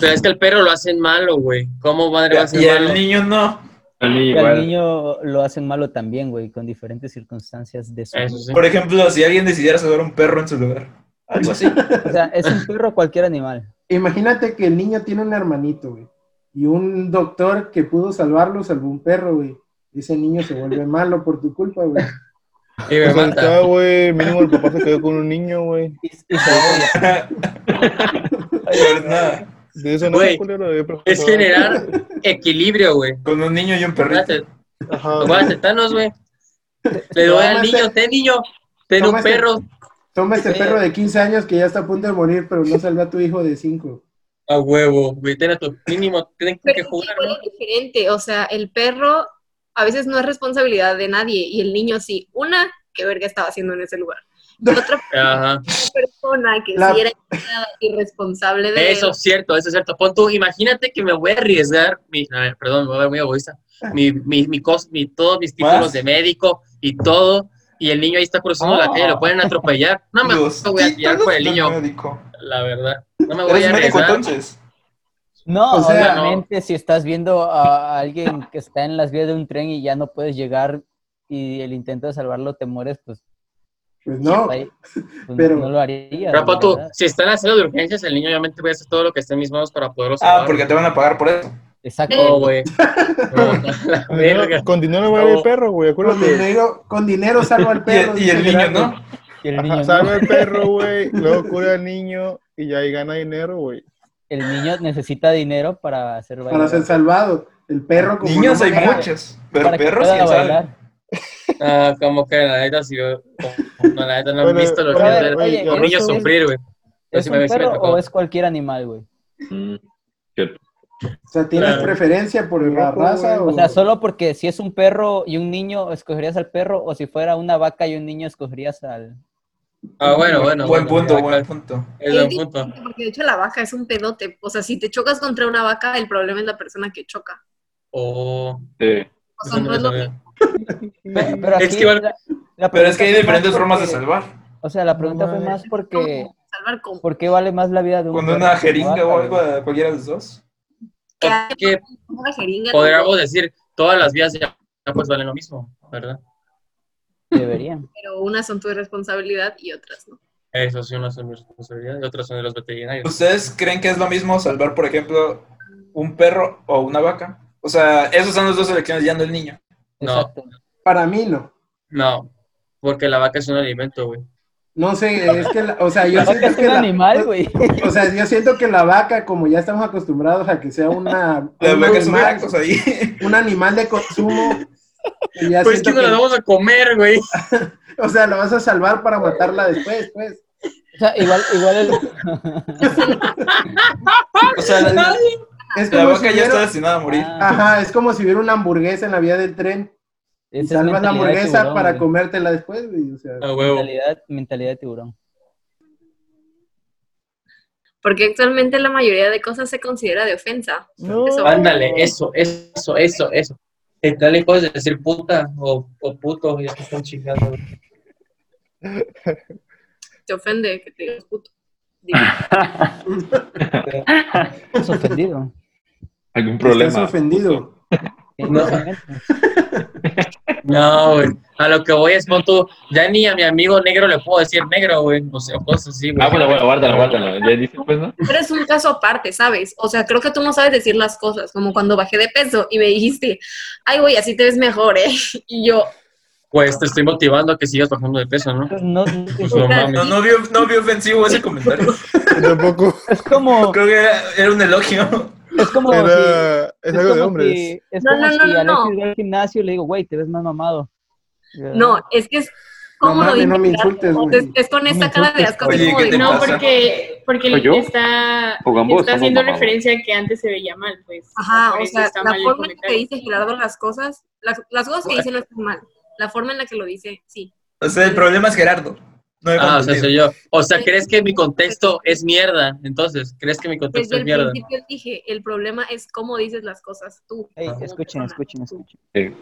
pero es que al perro lo hacen malo, güey. ¿Cómo madre va a ser
Y
malo?
al niño no.
Al
Y
niño
al
igual.
niño lo hacen malo también, güey, con diferentes circunstancias de su
Eso sí.
Por ejemplo, si alguien decidiera salvar un perro en su lugar. Algo así.
O sea, es un perro o cualquier animal.
imagínate que el niño tiene un hermanito, güey. Y un doctor que pudo salvarlo salvó un perro, güey. Ese niño se vuelve malo por tu culpa, güey.
Y me
O sea,
mata.
está, güey. Mínimo el papá se quedó con un niño, güey.
Y, y se odia.
Por nada.
De eso no
Güey,
me culero, yo prefiero
Es
salvar-
generar equilibrio, güey.
Con un niño y un perrito.
Acuérdate,
Ajá.
acuérdate, Thanos, güey. Le doy al
Tómate-
niño, ten niño, ten un
tómate-
perro.
Toma este
Sí.
perro de 15 años que ya está a punto de morir, pero no salva a tu hijo de 5.
A huevo, güey, ten a tu mínimo, tienen que
Pero
jugar,
igual
¿no?
es diferente, o sea, el perro a veces no es responsabilidad de nadie y el niño sí. Una, que verga estaba haciendo en ese lugar. Y otra
Ajá.
persona que
La-
sí era irresponsable de
Eso es cierto, eso es cierto. Pon tú, imagínate que me voy a arriesgar, mi, a ver, perdón, me voy a ver muy egoísta, mi, mi, mi cos- mi- todos mis títulos
¿Más?
de médico y todo, y el niño ahí está cruzando la
Ah.
calle, lo pueden atropellar. No me
Los
voy a tirar por el
títulos
niño,
del médico.
la verdad. No me voy a
¿Eres médico
arriesgar.
entonces?
No,
O sea,
obviamente, si estás viendo a alguien que está en las vías de un tren y ya no puedes llegar y el intento de salvarlo te mueres, pues,
Pues no,
ahí, pues,
pero-
no lo haría.
Pero pon tú,
¿verdad?
si están haciendo de urgencias, el niño obviamente voy a hacer todo lo que esté en mis manos para poderlo salvar.
Ah, porque te van a pagar por eso.
Exacto.
Oh, güey. No, la
Con dinero-
verga.
Con dinero va a ir
No.
el perro, güey.
con
Acuérdate.
dinero, con dinero salva al
Y
perro.
el, y el
dice
niño
Gerardo.
no.
Y el niño,
Ajá,
no.
Salva el perro, güey. Luego cura al niño y ya ahí gana dinero, güey.
El niño necesita dinero para hacer bailar.
para ser salvado. El perro como
Niños
no
hay
maneja-
muchos, pero
para que
perros
pueda
quién sabe.
bailar.
Ah, como que la neta, si yo. No, la neta, no han
Bueno, ah,
visto lo que
oye,
es
oye,
ver a un
ya
niño
ves que-
sufrir, güey. Yo
¿Es
sí
un
me- sí me
perro
tocó.
o es cualquier animal, güey?
Mm.
O sea, ¿tienes
Claro.
preferencia por la
Rojo,
raza?
güey.
O sea, solo porque si es un perro y un niño, escogerías al perro, o si fuera una vaca y un niño, escogerías al...
Ah, bueno, bueno.
Buen
bueno,
punto,
ya,
buen punto.
Es buen
Es
punto.
diferente, Porque de hecho la vaca es un pedote. O sea, si te chocas contra una vaca, el problema es la persona que choca.
Oh,
Sí.
O
eso no
eh,
sea, no
lo
es lo
sabía.
mismo.
Pe- Pero,
Es
aquí
que igual-
la- la
Pero
pregunta
es que hay
fue
diferentes
más
formas de
porque-
salvar.
O sea, la pregunta fue más porque... ¿Por qué vale más la vida de un
Con
perro
una
que un
jeringa
vaca,
o
güey?
algo, a cualquiera de los dos.
que podríamos decir todas las vías ya ya pues valen lo mismo, ¿verdad?
Deberían.
Pero unas son tu responsabilidad y otras no.
Eso sí, unas son mi responsabilidad y otras son de los veterinarios.
¿Ustedes creen que es lo mismo salvar, por ejemplo, un perro o una vaca? O sea, esas son las dos elecciones, ya no el niño.
No,
Para mí no.
no, porque la vaca es un alimento, güey.
No sé, es que, la- o sea, yo
La vaca
siento
es
que
un
la-
animal, güey.
O sea, yo siento que la vaca, como ya estamos acostumbrados a que sea una...
La
un
vaca es una
animal-
cosa ahí.
Un animal de consumo. que ya
Pues es que
siento
nos la vamos a comer, güey.
O sea, la vas a salvar para matarla después, pues.
O sea, igual, igual el...
O sea, la,
Es
la
como
vaca
si
ya
hubiera-
está destinada a morir.
Ah,
Ajá, es como si hubiera una hamburguesa en la vía del tren.
Esa
Y
es
salvas la
mentalidad de
hamburguesa
tiburón,
para
güey.
comértela después, güey. O
Ah,
sea,
Mentalidad, mentalidad de tiburón.
Porque actualmente la mayoría de cosas se considera de ofensa. Eso-
Ándale, eso, eso, eso, eso. Y tal y puedes decir puta o, o puto, ya que están chingando. güey.
Te ofende que te digas puto.
Es ofendido.
¿Algún
Estás
problema?
ofendido.
No. No, güey. A lo que voy es, pon tú, ya ni a mi amigo negro le puedo decir negro, güey. O sea, cosas así, güey.
Ah, bueno, bueno, guárdalo, guárdalo. Ya dice, pues, ¿no?
Pero es un caso aparte, ¿sabes? O sea, creo que tú no sabes decir las cosas, como cuando bajé de peso y me dijiste, ay, güey, así te ves mejor, ¿eh? Y yo,
Pues te estoy motivando a que sigas bajando de peso, ¿no?
No,
Pues no
No,
mames.
no vi, no vi ofensivo ese comentario.
Tampoco.
Es como,
Creo que era, era un elogio.
es como si-
Era, es
es
algo de
como
hombres.
si, es
No,
como
no, no,
si
no, no.
Alexis va al gimnasio y le digo, güey, te ves más mamado.
no, es que es. ¿Cómo
No
lo
mames,
dices?
no me insultes,
O
güey.
sea, Es con esta cara de asco.
Oye,
así como
¿qué
de,
te
No,
pasa?
porque, porque
¿Soy yo?
está,
¿O con vos?
está
¿Somos
haciendo
mamados?
referencia a que antes se veía mal, pues.
Ajá,
Por
o
eso
sea,
está
la
mal el
forma en que
comentario.
dice Gerardo las cosas, las, las cosas que dice no están mal. La forma en la que lo dice, sí.
O sea, el problema es Gerardo. No he
Ah, o sea,
comprendido.
soy yo. O sea, ¿crees que mi contexto es mierda? Entonces, ¿crees que mi contexto
Desde
es
el
mierda?
principio dije, el problema es cómo dices las cosas tú.
Ey,
como
escuchen,
persona.
escuchen, escuchen.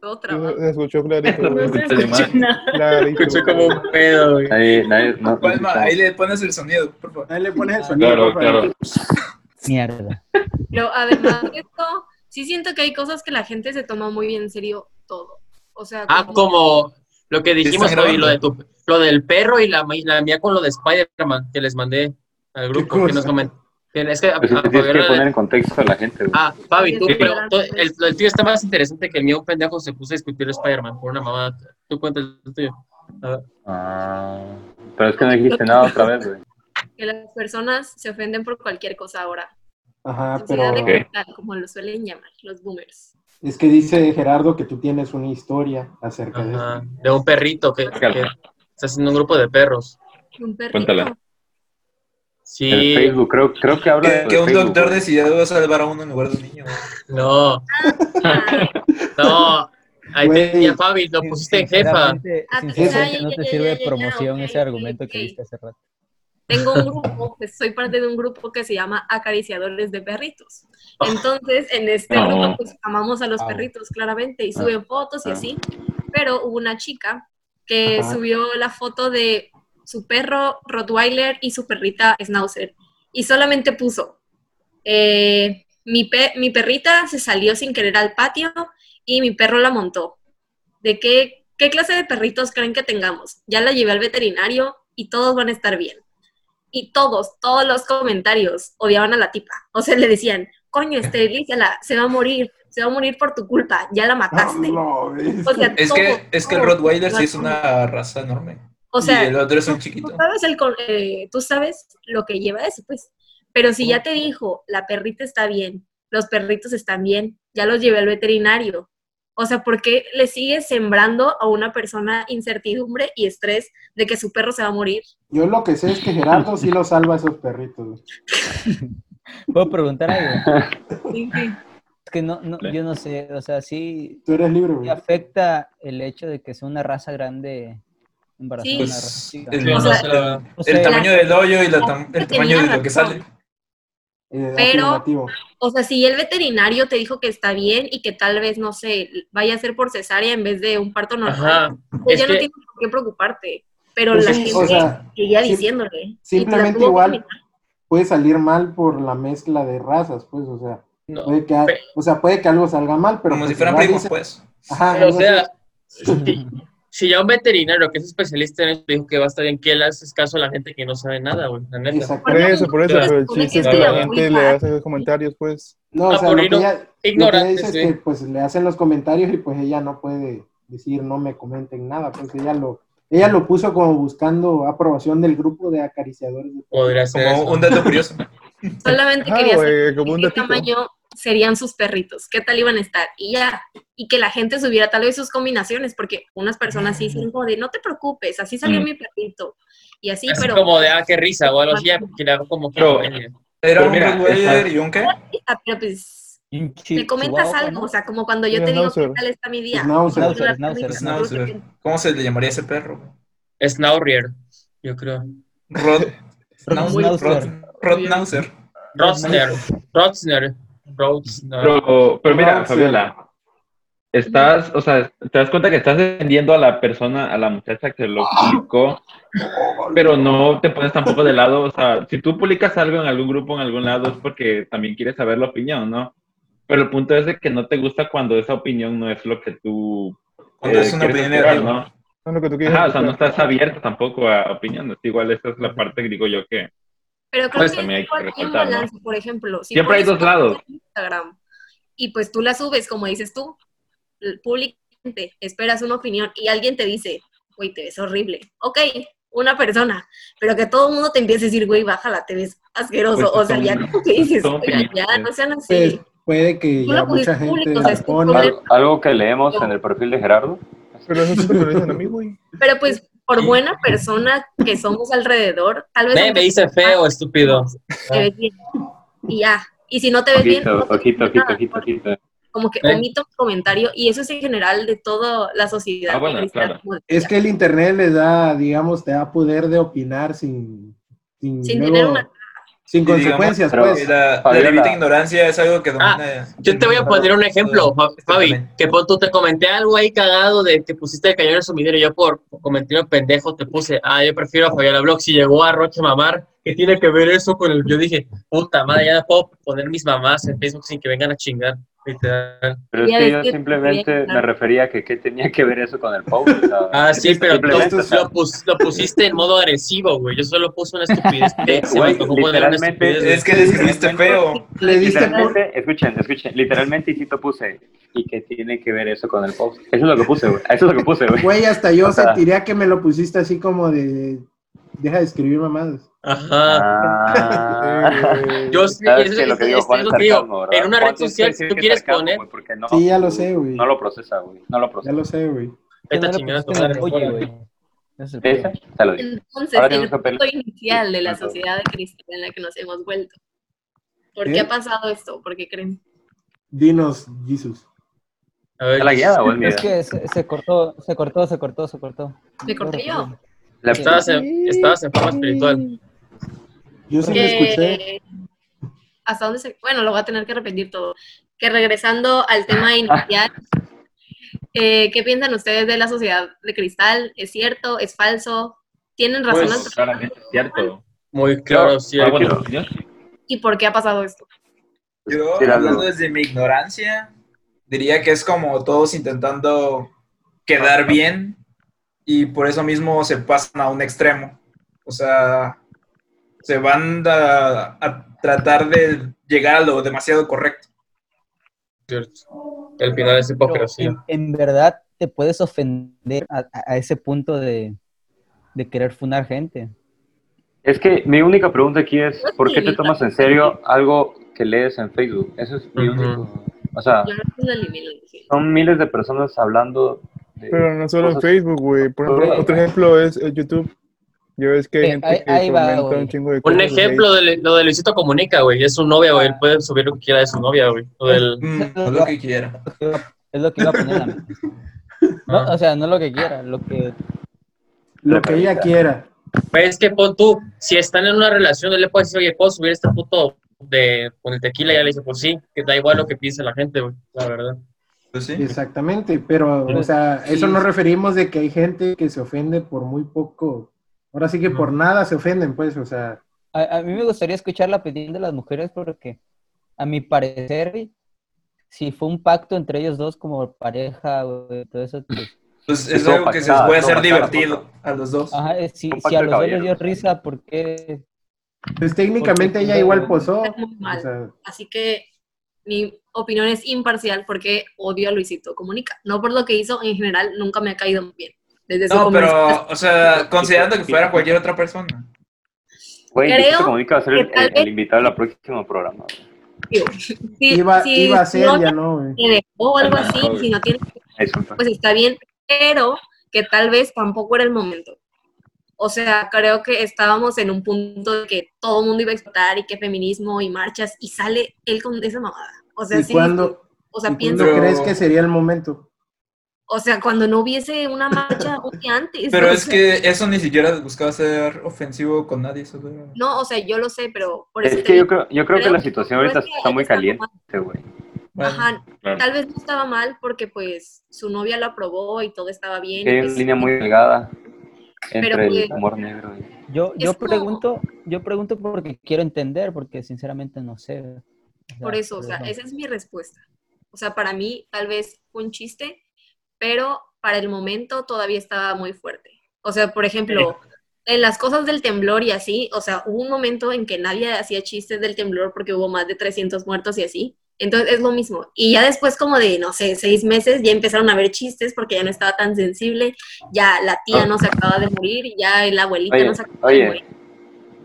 Todo trabajo.
Se escuchó clarito.
No
No se
güey.
Escucha de
escucha
madre.
nada.
Clarito.
Escuché como un pedo, güey.
Nadie, nadie, no, no
Palma,
escuchaba.
ahí le pones el sonido, por favor.
Ahí le pones el sonido,
Claro,
por favor.
claro.
Mierda.
Pero además de esto, sí siento que hay cosas que la gente se toma muy en serio todo. O sea,
Ah, como lo que dijimos
Están
hoy, lo, de
grabando.
tu, lo del perro y la, ma- la mía con lo de Spider-Man que les mandé al grupo. Que
cosa?
nos comen. que es que,
Pues,
ah,
tienes que
lo de-
poner en contexto a la gente, güey.
Ah, Fabi, tú,
Sí.
pero tú- el, el tuyo está más interesante que el mío, un pendejo se puso a discutir de Spider-Man por una mamada. Tú cuentas el tuyo. A ver.
Ah, pero es que no dijiste nada otra vez, güey.
que las personas se ofenden por cualquier cosa ahora.
Ajá,
Sociedad de
Ah, pero
Ok.
cristal, como lo suelen llamar los boomers.
es que dice Gerardo que tú tienes una historia acerca de
Ajá,
eso.
de un perrito que, que está haciendo un grupo de perros.
Un perrito.
Cuéntala.
El
Sí,
Facebook, creo, creo que habla de
Que,
lo
que
de
un
Facebook,
doctor
güey.
decidió salvar a uno en lugar de un niño.
no,
Ah,
no. Ahí
Güey.
tenía Fabi, lo pusiste en jefa.
Sinceramente,
Ah,
sinceramente
ya,
no
ya,
te
ya,
sirve
ya, ya,
de promoción
ok,
ese argumento
ok,
que
ok.
diste hace rato.
Tengo un grupo, pues, soy parte de un grupo que se llama Acariciadores de Perritos. Entonces, en este
Oh.
grupo, pues amamos a los
Ah.
perritos, claramente, y suben fotos y
Ah.
así. Pero hubo una chica que
Ajá.
subió la foto de su perro Rottweiler y su perrita Schnauzer. Y solamente puso, eh, mi, pe- mi perrita se salió sin querer al patio y mi perro la montó. ¿De qué, qué clase de perritos creen que tengamos? Ya la llevé al veterinario y todos van a estar bien. Y todos, todos los comentarios odiaban a la tipa. O sea, le decían, coño, esterilízala, se va a morir, se va a morir por tu culpa, ya la mataste.
No, no,
O sea,
Es
todos,
que, es que el
todos.
Rottweiler sí es una raza enorme.
O
y
sea,
el otro es un
tú
chiquito.
sabes, el, con- eh, tú sabes lo que lleva eso, pues. Pero si ya te dijo, la perrita está bien, los perritos están bien, ya los llevé al veterinario. O sea, ¿por qué le sigues sembrando a una persona incertidumbre y estrés de que su perro se va a morir?
Yo lo que sé es que Gerardo sí lo salva a esos perritos. güey.
¿Puedo preguntar algo?
Sí,
Es que no, no, yo no sé, o sea, sí
Tú eres libre, güey.
te afecta el hecho de que sea una raza grande embarazada,
Sí.
una raza chica.
Pues, el,
Yo no
sea,
sé, la verdad.
O sea,
el tamaño del hoyo y la tam-
la-
el tamaño de lo que sale.
eh,
Pero-
afirmativo.
O sea, si el veterinario te dijo que está bien y que tal vez, no sé, vaya a ser por cesárea en vez de un parto normal,
Ajá.
pues
Es
ya no
que-
tienes por qué preocuparte. Pero
Pues
la
sí,
gente
o sea,
seguía
sim-
diciéndole. y te la
simplemente
tuvo que
igual-
inventar.
Puede salir mal por la mezcla de razas, pues, o sea,
No,
puede que,
pe-
o sea, puede que algo salga mal, pero
Como
pues
si fueran
igual
primos,
dice-
pues.
Ajá,
Pero, o
algo así.
sea, si, si ya un veterinario que es especialista en esto dijo que va a estar bien, que le haces caso a la gente que no sabe nada, güey? La neta.
Exacto.
Por eso, por eso,
Pero
pero el
supone
chiste
que
es
es
que la
de la
gente le
culpa.
hace esos comentarios, pues.
no, o
Ah,
sea,
por
lo
ahí
que
no-
ella, lo que ella
Ignorante,
dice es
sí.
que pues le hacen los comentarios y pues ella no puede decir no me comenten nada, pues ella lo, ella lo puso como buscando aprobación del grupo de acariciadores de
Podría ser
Como
eso.
un dato curioso.
Solamente
Ajá,
quería saber
güey, como un
de qué
datito.
tamaño serían sus perritos, qué tal iban a estar, y ya. Y que la gente subiera tal vez sus combinaciones, porque unas personas sí dicen, como de, no te preocupes, así salió
Mm.
mi perrito. Y así,
Así
pero...
como de, ah, qué risa, o algo así, ya, que le hago como que...
Pero-
Era
Pero
un
mira,
Rottweiler
esa-
y un qué?
Ah, pero pues
Y un chi-
me comentas
chihuahua, ¿no?
algo, o sea, como cuando yo
Mira,
te digo qué
Schnauzer.
tal está mi día.
Schnauzer.
Tú
Schnauzer,
las
Schnauzer,
perritas,
Schnauzer.
tú
Schnauzer.
te-
¿Cómo se le llamaría ese perro?
Snaurier, yo creo.
Rod-
Schnauzer.
Rod- Rodnauzer.
Rotsner, Rotsner, Rotsner.
Pero, pero mira,
Ah,
No, sí.
Fabiola, estás, o sea, te das cuenta que estás defendiendo a la persona, a la muchacha que lo publicó, pero no te pones tampoco de lado, o sea, si tú publicas algo en algún grupo, en algún lado, es porque también quieres saber la opinión, ¿no? Pero el punto es de que no te gusta cuando esa opinión no es lo que tú
Cuando
eh,
es una
quieres
opinión
escuchar,
negativa.
¿no?
No lo que tú quieres.
Ajá, o sea, no
escuchar.
estás abierto tampoco a opiniones. Igual esa es la parte que digo yo que
Pero creo
Pues
que
también hay que
igual un
resaltar, ¿no?
balance, por ejemplo. si
Siempre hay
pones
dos lados.
fotos en Instagram y pues tú la subes, como dices tú, l- públicamente, esperas una opinión y alguien te dice, güey, te ves horrible. Ok, una persona, pero que todo el mundo te empiece a decir, güey, bájala, te ves asqueroso.
Pues,
o sea, ya
son-
como que dices,
son
"Oigan, ya,
opiniones.
no sean
Pues
así.
puede que
Tú
ya
lo pusiste
mucha gente
público, o sea, es tu
pone-
problema.
Al- algo que leemos en el perfil de Gerardo.
Pero eso siempre me lo dicen a mí, güey.
Pero pues, por buena persona que somos alrededor, tal vez...
Nadie me dice feo, estúpido.
te ves bien. Y ya. Y si no te ves bien,
Ojito,
no te
ojito,
digo
ojito,
nada,
ojito, ojito.
como que
Eh.
omito un comentario y eso es en general de toda la sociedad.
Ah, bueno,
cristiana,
claro.
como decía.
Es que el internet les da, digamos, te da poder de opinar sin, sin,
Sin
luego-
tener una-
sin
Y digamos,
consecuencias,
pero-
pues.
La, la
Fabiola.
bendita ignorancia es algo que domina.
Ah, Yo te voy a poner un ejemplo, Fa- Fabi,
Exactamente.
que pon tú te comenté algo ahí cagado de que pusiste el cañón en el sumidero y yo por comentario pendejo te puse, ah, yo prefiero a Fabiola Block si llegó a Roche Mamar, ¿qué tiene que ver eso con el...? Yo dije, puta madre, ya no puedo poner mis mamás en Facebook sin que vengan a chingar, literal.
Pero
Ya
es que
ves
yo
que-
simplemente me refería a que qué tenía que ver eso con el post. o sea,
Ah, sí, pero tú,
simplemente, o sea,
lo, pus- lo pusiste en modo agresivo, güey, yo solo puse una estupidez. que se me
Güey,
antojó poner una
literalmente
estupidez, güey.
Es que le escribiste Este feo.
Le diste pu-
literalmente, escuchen, escuchen, literalmente y te puse y qué tiene que ver eso con el post. Eso es lo que puse, güey. Eso es lo que puse, güey.
Güey, hasta yo
O sea-
sentiría que me lo pusiste así como de. Deja de escribir mamadas. Eh,
Ajá.
Ah.
Yo
¿Sabes
sí,
qué?
es-
lo que
es-
digo,
es-
Juan
es
es
lo que digo.
sarcasmo, ¿verdad?
En una
Juan
red social,
sí
si
es
tú quieres
sarcasmo,
poner,
güey, porque no,
Sí, ya lo sé, güey.
No lo procesa, güey. No lo
Ya
procesa.
lo sé, güey.
Que
esta
no le
chingada
pusiste en pues, el
madre,
oye,
fuera.
güey. Ese es el
Esa,
problema.
te lo digo.
Entonces,
Ahora
en
tienes
el
que pelear.
punto inicial de la
Ajá.
sociedad cristiana en la que nos hemos vuelto. ¿Por
¿Eh?
qué ha pasado esto? ¿Por qué creen?
Dinos, Jesus.
A ver,
¿Es la guiada o es mi
Es
idea?
que se, se cortó, se cortó, se cortó, se cortó.
¿Me corté yo?
La-
estabas en, estabas en forma espiritual.
Yo sí lo escuché.
Que- ¿Hasta dónde se.? Bueno, lo voy a tener que repetir todo. Que regresando al tema inicial, eh, ¿qué piensan ustedes de la sociedad de cristal? ¿Es cierto? ¿Es falso? ¿Tienen razones?
pues, claramente es cierto.
Muy claro, sí.
Ah,
algo-
bueno, yo-
¿Y por qué ha pasado esto?
Yo,
Tíralo.
hablando desde mi ignorancia, diría que es como todos intentando quedar bien y por eso mismo se pasan a un extremo. O sea, se van a, a tratar de llegar a lo demasiado correcto.
cierto. El final es
Pero
hipocresía.
en, en verdad te puedes ofender a, a- a ese punto de, de querer funar gente.
Es que mi única pregunta aquí es, ¿por qué te tomas en serio algo que lees en Facebook? Eso es mi
Ujú.
único. O sea,
Yo lo elimino. dije.
son miles de personas hablando de...
Pero no solo
Pues,
en
cosas-
Facebook, güey. Por ejemplo,
Todo.
otro ejemplo es eh, YouTube. Yo es que hay
Eh,
gente
ahí-
que
ahí va,
comenta
güey.
un chingo de
Un
cosas, güey.
ejemplo de lo de Luisito Comunica, güey. Es su novia, güey. Él puede subir lo que quiera de su novia, güey. O del...
Mm, haz lo que quiera.
Es lo que iba a poner a mí. No, o sea, no lo que quiera, lo que...
Lo que ella quiera.
Pero es que pon tú, si están en una relación, él le puede decir, oye, puedo subir este puto de, con el tequila ya le dice, pues sí, que da igual lo que piense la gente, güey, la verdad.
Pues
Exactamente, pero, o sea, eso nos referimos de que hay gente que se ofende por muy poco. Ahora sí que por nada se ofenden, pues, o sea.
A, a mí me gustaría escuchar la petición de las mujeres porque, a mi parecer, güey, si fue un pacto entre ellos dos como pareja, güey, todo eso. pues,
Pues
Sí,
es
todo
algo que se les
pactado,
puede
todo
hacer
pactado,
divertido a los dos.
ajá, eh, si,
Un
si
pacto
a
de
los dos les dio
caballeros.
risa, ¿por qué?
Pues técnicamente ella igual posó.
Está muy
O
mal.
sea,
Así que mi opinión es imparcial porque odio a Luisito Comunica. No por lo que hizo, en general nunca me ha caído bien. Desde su
No,
comienzo.
pero, o sea, considerando que fuera cualquier otra persona.
Güey,
Creo
yo se comunica va a ser el,
que tal
el-
vez-
el invitado al próximo programa.
Si-
iba,
si
iba a ser,
no
ya no, güey.
te dejó o algo así, si no tiene,
Eso.
pues está bien, pero que tal vez tampoco era el momento. O sea, creo que estábamos en un punto de que todo el mundo iba a explotar y que feminismo y marchas y sale él con esa mamada. O sea,
¿Y
sí,
cuándo,
o
y
sea,
cuándo
pienso,
Pero-
crees que sería el momento?
o sea, cuando no hubiese una marcha un día antes.
Pero
o
es
sea,
que eso ni siquiera buscaba ser ofensivo con nadie. Eso era-
No, o sea, yo lo sé, pero por eso
Es
te
que yo
digo,
creo, yo creo que
creo
la
que-
situación ahorita
creo que
está muy
está
caliente, güey.
Bueno,
ajá,
Claro.
tal vez no estaba mal porque pues su novia lo aprobó y todo estaba bien.
Hay
y,
una
pues,
línea muy delgada entre
Pero,
el
pues,
humor negro y...
Yo, yo
Es como-
pregunto, yo pregunto porque quiero entender, porque sinceramente no sé. güey. O sea, pues,
Por eso, o sea,
no.
esa es mi respuesta. O sea, para mí tal vez fue un chiste, pero para el momento todavía estaba muy fuerte. O sea, por ejemplo, en las cosas del temblor y así, o sea, hubo un momento en que nadie hacía chistes del temblor porque hubo más de 300 muertos y así. Entonces es lo mismo. Y ya después como de, no sé, seis meses ya empezaron a haber chistes porque ya no estaba tan sensible, ya la tía no se acaba de morir, ya la abuelita
Ah. Oye,
no se acaba de
oye,
morir.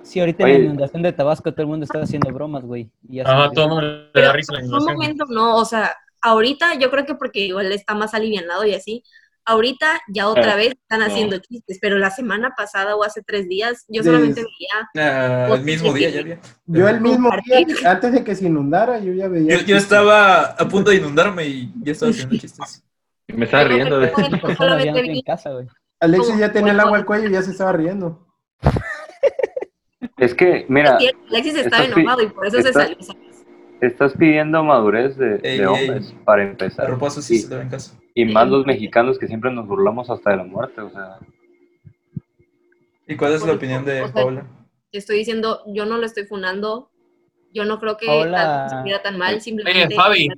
Sí, ahorita en
Oye.
la inundación de Tabasco todo el mundo está haciendo bromas, güey. y ya se
Ajá,
murió.
todo el mundo le
Pero
da risa a la
en un
innovación.
momento no, o sea, ahorita yo creo que porque igual está más alivianado y así, ahorita ya otra
Claro,
vez están
no.
haciendo chistes, pero la semana pasada o hace tres días yo
Des-
solamente veía,
ah, el mismo día ya había.
Yo el mismo día,
Compartir.
antes de que se inundara, yo ya veía.
Yo, yo estaba a punto de inundarme y ya estaba haciendo chistes.
Me estaba
Pero-
riendo de
pero-
Muchas personas
solamente
ya no
vi-
tienen casa, güey.
Alexis ya
como-
tenía el agua al cuello y ya se estaba riendo.
Es que, mira,
Alexis estaba
estás pi-
enojado y por eso se
estás-
salió. ¿sabes?
estás pidiendo madurez de, de
Ey, ey.
hombres para
La
empezar.
ropa sucia
Y,
se en casa.
y más los mexicanos que siempre nos burlamos hasta de la muerte, o sea...
¿Y cuál es
Por
la
eso,
opinión
o
de
sea,
Paula?
Estoy diciendo, yo no lo estoy funando, yo no creo que
Hola.
estuviera tan mal, simplemente...
Oye, Fabi.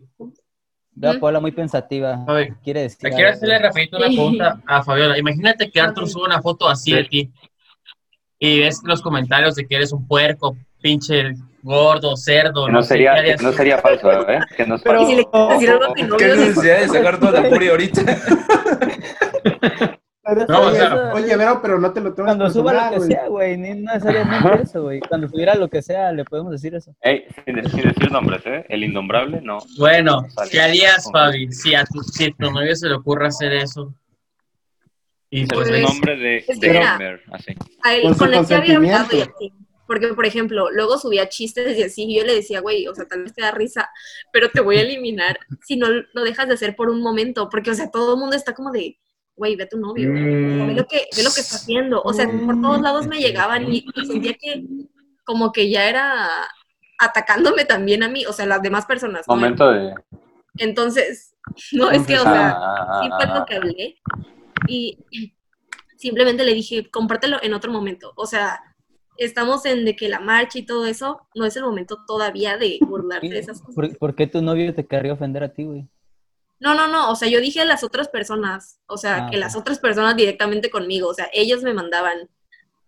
Veo
¿Mm?
a Paola muy pensativa.
Fabi,
Quiere decir.
Te quiero
algo,
hacerle
güey.
rapidito una pregunta a Fabiola. Imagínate que Arthur sube una foto así de ti y ves los comentarios de que eres un puerco, pinche gordo, cerdo.
Que no
sé qué
sería, que
harías.
no sería falso, ¿eh? Que no es
Y
falso.
si le quieres decir algo que no
¿Qué
veo,
necesidad de sacar toda la furia ahorita?
No, o
oye,
sea-
oye, Vero, pero no te lo tomes
Cuando suba
personal,
lo que
güey.
sea, güey, ni necesariamente eso, güey. Cuando subiera lo que sea, le podemos decir eso.
Ey, sin, sin decir nombres, ¿eh? El innombrable, no.
Bueno,
No sale.
¿qué harías,
Ok.
Fabi, si a tu, si a tu novio se le ocurre hacer eso? Y
Es
pues,
el
Pues,
nombre de, de
es que era-
gamer, así.
a él-
Con su
con el que había hablado y
consentimiento.
así. Porque, por ejemplo, luego subía chistes y así, y yo le decía, güey, o sea, tal vez te da risa, pero te voy a eliminar si no lo dejas de hacer por un momento, porque, o sea, todo el mundo está como de, güey, ve a tu novio, ve, lo que, ve lo que está haciendo, o sea, por todos lados me llegaban y sentía que como que ya era atacándome también a mí, o sea, las demás personas. ¿no?
Momento de...
Entonces, no, es que, o sea,
Ah,
sí fue lo que hablé y simplemente le dije, compártelo en otro momento. O sea, estamos en de que la marcha y todo eso, no es el momento todavía de burlarte de esas cosas.
¿Por, por qué tu novio te querría ofender a ti, güey?
No, no, no, o sea, yo dije a las otras personas, o sea,
Ah,
que
ok.
las otras personas directamente conmigo, o sea, ellos me mandaban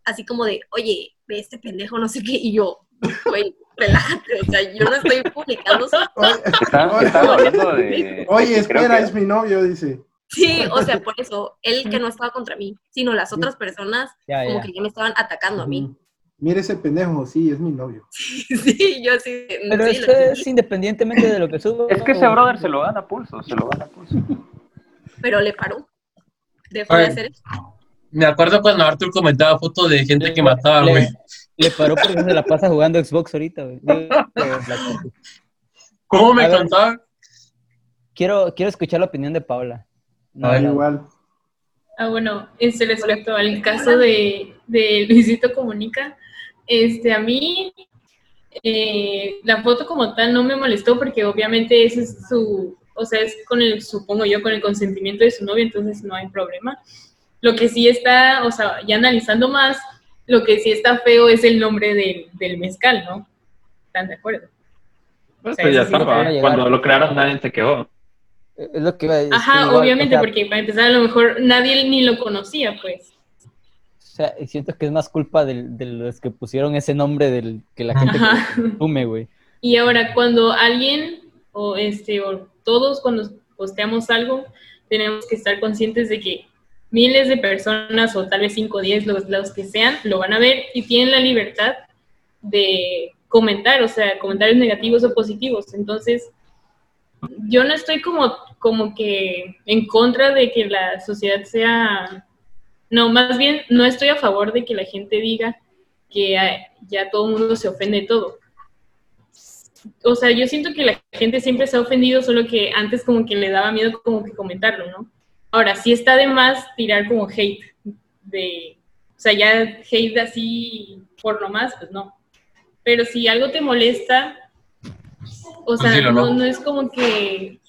así como de, oye, ve este pendejo, no sé qué, y yo, güey, relájate, o sea, yo no estoy publicando sus
Oye,
Estaban, estaban hablando de...
oye,
de que creo
espera,
que-
es mi novio, dice.
Sí, o sea, por eso, él que no estaba contra mí, sino las otras personas
Ya,
como
ya.
que ya me estaban atacando a mí.
Mira ese pendejo, sí, es mi novio.
Sí, yo así, de,
Pero
sí,
esto
lo
es
entendí,
independientemente de lo que suba.
Es que ese
güey.
brother se lo gana a pulso, se lo gana a pulso.
pero le paró. Dejó
Ay.
de hacer eso.
me acuerdo cuando Arthur comentaba fotos de gente que mataba,
Le-
güey.
Le paró porque se la pasa jugando Xbox ahorita, güey. Digo, la-
¿Cómo
A
me
ver.
contaba?
Quiero, quiero escuchar la opinión de Paola. No,
A ver,
la-
Igual.
Ah, bueno, este, respecto al caso de, de Luisito Comunica, este, a mí eh, la foto como tal no me molestó porque obviamente ese es su, o sea, es con el, supongo yo, con el consentimiento de su novio, entonces no hay problema. Lo que sí está, o sea, ya analizando más, lo que sí está feo es el nombre del, del mezcal, ¿no? ¿Están de acuerdo?
Pues,
O sea,
pues ya
eso sí
estaba.
no te van a
llegar.
Cuando lo crearon nadie se quejó.
Es lo que iba a decir.
Ajá,
igual, o
obviamente,
sea,
porque para empezar a lo mejor nadie ni lo conocía, pues.
O sea, siento que es más culpa del- de, los que pusieron ese nombre del que la gente
Ajá.
consume, güey.
Y ahora, cuando alguien o este o todos cuando posteamos algo, tenemos que estar conscientes de que miles de personas o tal vez 5 o 10, los, los que sean, lo van a ver y tienen la libertad de comentar, o sea, comentarios negativos o positivos. Entonces, yo no estoy como, como que en contra de que la sociedad sea, no, más bien no estoy a favor de que la gente diga que ah, ya todo el mundo se ofende de todo o sea, yo siento que la gente siempre se ha ofendido, solo que antes como que le daba miedo como que comentarlo, ¿no? Ahora, sí está de más tirar como hate de, o sea, ya hate así por lo más, pues no. Pero si algo te molesta, o
Pues
sea,
dilo, ¿no?
no, no es como que...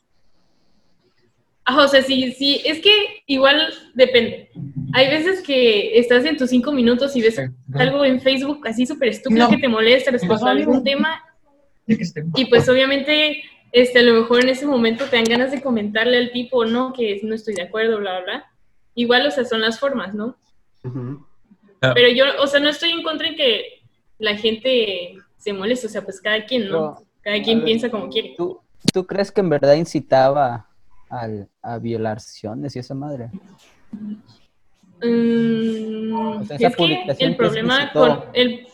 Ah, o sea, sí, sí, es que igual depende. Hay veces que estás en tus cinco minutos y ves algo en Facebook así súper estúpido
No.
que te molesta respecto a algún tema y pues obviamente, este, a lo mejor en ese momento te dan ganas de comentarle al tipo, no, que no estoy de acuerdo, bla, bla, bla. Igual, o sea, son las formas, ¿no?
Ah.
Pero yo, o sea, no estoy en contra en que la gente se moleste, o sea, pues cada quien, ¿no?
Pero,
Cada quien
a ver,
piensa como quiere.
¿Tú, tú crees que en verdad incitaba al- a violaciones y esa madre?
Mm,
O sea, esa
es que
publicación
el
que
problema
suscitó-
con el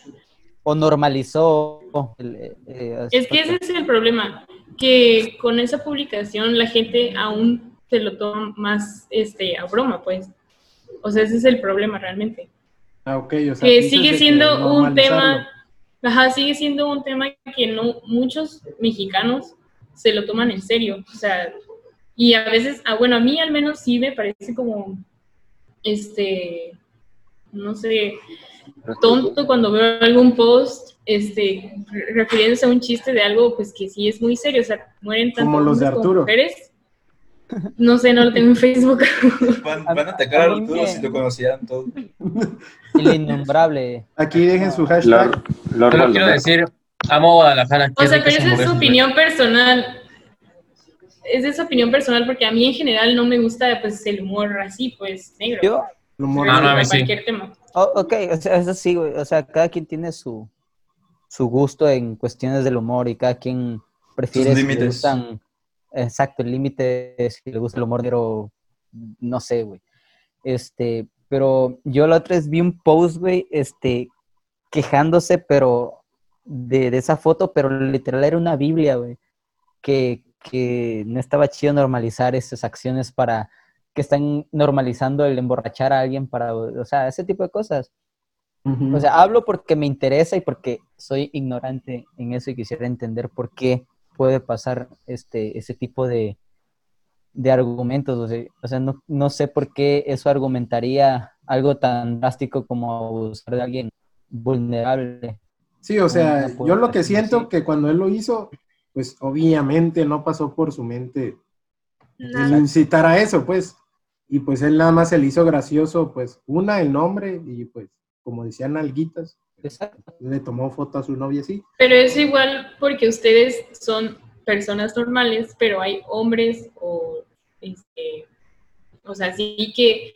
¿O normalizó? el- eh, eh,
Es que ese es el problema, que con esa publicación la gente aún se lo toma más este, a broma, pues. O sea, ese es el problema realmente.
Ah, ok, o sea,
Que
piensas de
sigue
que
siendo un
normalizarlo.
tema, ajá, sigue siendo un tema que no muchos mexicanos se lo toman en serio. O sea, y a veces, ah, bueno, a mí al menos sí me parece como, este, no sé, tonto cuando veo algún post este, re- refiriéndose a un chiste de algo pues que sí es muy serio, o sea, mueren tanto
Como los de
hombres
Arturo.
mujeres. No sé, no lo tengo en Facebook.
Van,
A-
van a atacar a
a mí
Arturo
me-
si lo conocieran todo.
El innombrable.
Aquí dejen su hashtag.
Lord, Lord ¿eh?
Solo quiero
Baldomero.
decir, amo a Guadalajara.
O
qué
sea,
rico
pero
se Ah,
esa es
murió.
su opinión personal. Esa es su opinión personal porque a mí en general no me gusta pues el humor así, pues negro.
Yo,
el humor.
Ah, no, a mí sí.
cualquier tema.
Oh, ok, o sea, eso sí, güey. O sea, cada quien tiene su, su gusto en cuestiones del humor y cada quien prefiere
Sus
si le
límites.
gustan. Exacto, el límite, es si le gusta el humor negro, no sé, güey. Este, pero yo la otra vez vi un post, güey, este, quejándose, pero de, de esa foto, pero literal era una Biblia, güey. Que, que no estaba chido normalizar esas acciones para que están normalizando el emborrachar a alguien para, o sea, ese tipo de cosas.
Ujú.
O sea, hablo porque me interesa y porque soy ignorante en eso y quisiera entender por qué puede pasar este, ese tipo de, de argumentos. O sea, o sea, no, no sé por qué eso argumentaría algo tan drástico como abusar de alguien vulnerable.
Sí, o sea,
no puedo
yo lo que
decirlo
siento
así.
que cuando él lo hizo, pues obviamente no pasó por su mente el
Nada.
incitar a eso, pues. Y pues él nada más se le hizo gracioso, pues, una, el nombre, y pues, como decían alguitas,
Exacto.
le tomó foto a su novia así.
Pero es igual porque ustedes son personas normales, pero hay hombres o, este, o sea, sí que,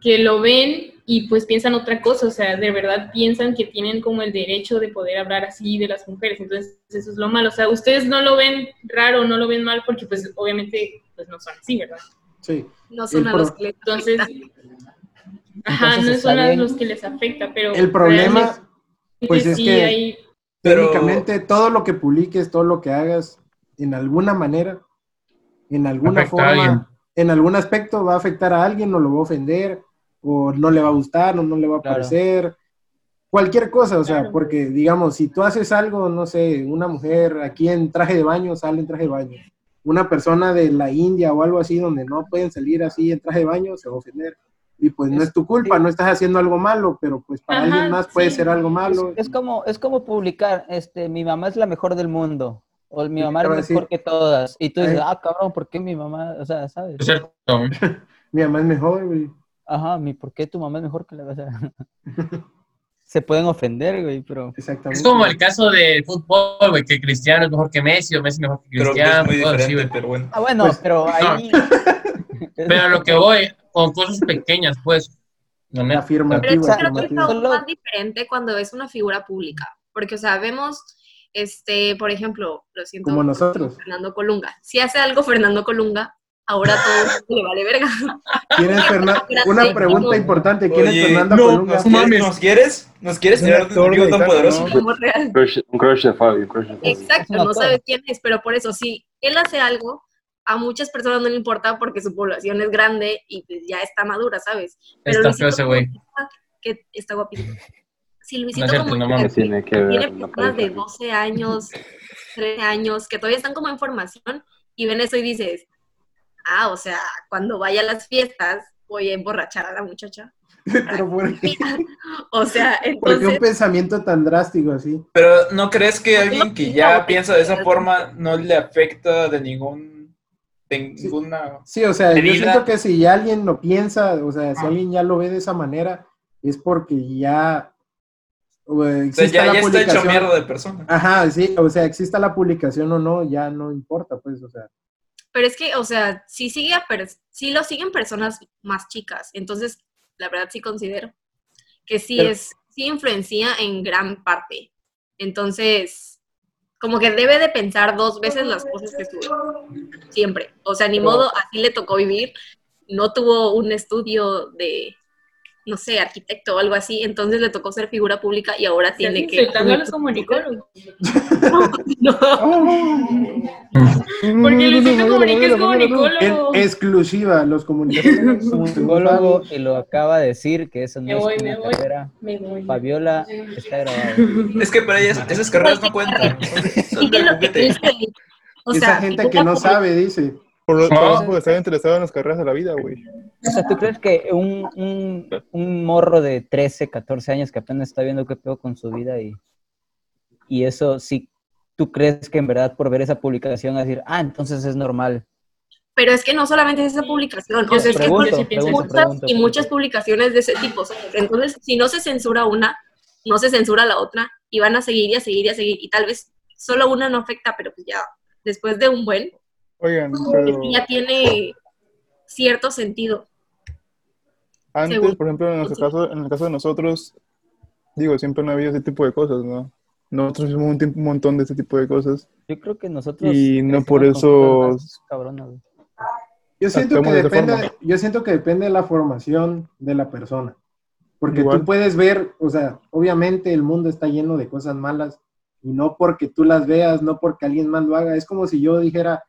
que lo ven y pues piensan otra cosa, o sea, de verdad piensan que tienen como el derecho de poder hablar así de las mujeres, entonces eso es lo malo, o sea, ustedes no lo ven raro, no lo ven mal porque pues obviamente pues no son así, ¿verdad?
Sí.
No son
El
a los
pro-
que les
Entonces,
afecta.
ajá,
Entonces
no
está
son a
bien.
los que les afecta, pero
El problema,
realmente
pues, es
sí
que-
hay
Pero-
técnicamente, todo lo que publiques, todo lo que hagas, en alguna manera, en alguna
Afecta a alguien.
forma, en algún aspecto va a afectar a alguien, o lo va a ofender, o no le va a gustar, o no le va a
Claro.
parecer. Cualquier cosa, o sea,
Claro.
porque digamos, si tú haces algo, no sé, una mujer aquí en traje de baño sale en traje de baño. Una persona de la India o algo así donde no pueden salir así en traje de baño se va a ofender. Y pues no es tu culpa, no estás haciendo algo malo, pero pues para
Ajá,
alguien más puede
sí.
ser algo malo.
Es como, es como publicar, este, mi mamá es la mejor del mundo, o mi mamá es
te va a
mejor
decir,
que todas, y tú dices,
"Ay".
ah, cabrón, ¿por qué mi mamá, o sea, sabes?
Es cierto.
Mi mamá es mejor, güey.
Ajá, mi, ¿por qué tu mamá es mejor que la o sea, Se pueden ofender, güey, pero...
Exactamente.
Es como el caso del fútbol, güey, que Cristiano es mejor que Messi o Messi mejor que
Creo que es
Cristiano.
muy
todo así,
diferente,
güey.
pero bueno.
Ah, bueno,
Pues,
pero ahí...
Pero a lo que voy, con cosas pequeñas, pues. la neta.
Pero yo
Afirmativo,
creo que es
afirmativo.
aún más diferente cuando es una figura pública, porque, o sea, vemos, este, por ejemplo, lo siento,
Como nosotros.
Fernando Colunga. Si hace algo Fernando Colunga, ahora todo el mundo le vale verga.
¿Quién es Fernan- Una pregunta importante, ¿quién es
Oye,
Fernando
no,
Colunga?
¿nos, quieres, ¿Nos quieres? ¿Nos
Es
quieres
un
tirar de
actor
un río tan
mexicano,
poderoso?
¿no?
Como real.
Crush, un crush de Fabio, un crush de Fabio.
Exacto,
Es una
no
prueba.
sabes quién es, pero por eso, si él hace algo, a muchas personas no le importa porque su población es grande y pues ya está madura, ¿sabes? Pero
Está
Luisito
feo ese güey.
Comunica, Que está guapísimo. Si Luisito
No es cierto,
Comunica,
no mames.
Tiene que
tiene
ver. no
personas
puede
de
ser.
12 años, 13 años, que todavía están como en formación y ven eso y dices, ah, o sea, cuando vaya a las fiestas voy a emborrachar a la muchacha.
Pero ¿por qué?
O sea,
¿Por qué un
entonces,
pensamiento tan drástico así?
Pero ¿no crees
Pues,
que alguien
No,
que
no,
ya
no,
piensa de esa
no.
forma no le afecta de ningún... de ninguna...
Sí, o sea, yo
Herida.
siento que si ya alguien lo piensa, o sea,
Ah.
si alguien ya lo ve de esa manera, es porque ya o, eh,
O sea,
existe
ya,
la
ya está hecho
publicación.
mierda de persona.
Ajá, sí, o sea, exista la publicación o no, ya no importa, pues, o sea,
pero es que, o sea, sí, sigue a pers- sí lo siguen personas más chicas, entonces, la verdad sí considero que sí
Pero-
es, sí influencia en gran parte. Entonces, como que debe de pensar dos veces las cosas que sube. Siempre. O sea, ni
Pero-
modo, así le tocó vivir. No tuvo un estudio de, no sé, arquitecto o algo así. Entonces le tocó ser figura pública y ahora tiene que...
Insultando a los comunicólogos.
No,
Porque Luisito Comunica es
Mm. en
comunicólogo.
exclusiva, los comunicadores.
psicólogo y lo acaba de decir que eso no
Me
es
voy,
una
me voy.
carrera.
Me voy.
Fabiola está grabada.
Es que para ellas esas carreras
Pues,
no cuentan. Son de
Sigue lo que
juguete.
dice. O sea,
Esa gente que
figura
no
pública.
sabe, dice.
Por lo
No.
tanto, porque estaba interesado en las carreras de la vida, güey.
O sea, ¿tú crees que un, un, un morro de 13, 14 años que apenas está viendo qué pedo con su vida y, y eso, si tú crees que en verdad por ver esa publicación vas a decir, ah, entonces es normal?
Pero es que no solamente es esa publicación, o sea, es que
Pregunto,
son
sí pienso
pregunto,
muchas
pregunto,
y muchas
pregunto.
publicaciones de ese tipo. ¿sabes? Entonces, si no se censura una, no se censura la otra, y van a seguir y a seguir y a seguir, y tal vez solo una no afecta, pero pues ya, después de un buen,
Oigan,
es
pero
que ya tiene cierto sentido.
antes,
seguro.
por ejemplo, en, nuestro caso, en el caso de nosotros, digo, siempre no ha habido ese tipo de cosas, ¿no? Nosotros hicimos un, tiemp- un montón de ese tipo de cosas
Yo creo que nosotros...
y no por
crecimos con
eso...
cosas más cabronas, güey.
Yo siento, que
Actuamos de esa
depende,
forma.
yo siento que depende de la formación de la persona. Porque
Igual.
tú puedes ver, o sea, obviamente el mundo está lleno de cosas malas y no porque tú las veas, no porque alguien más lo haga. Es como si yo dijera,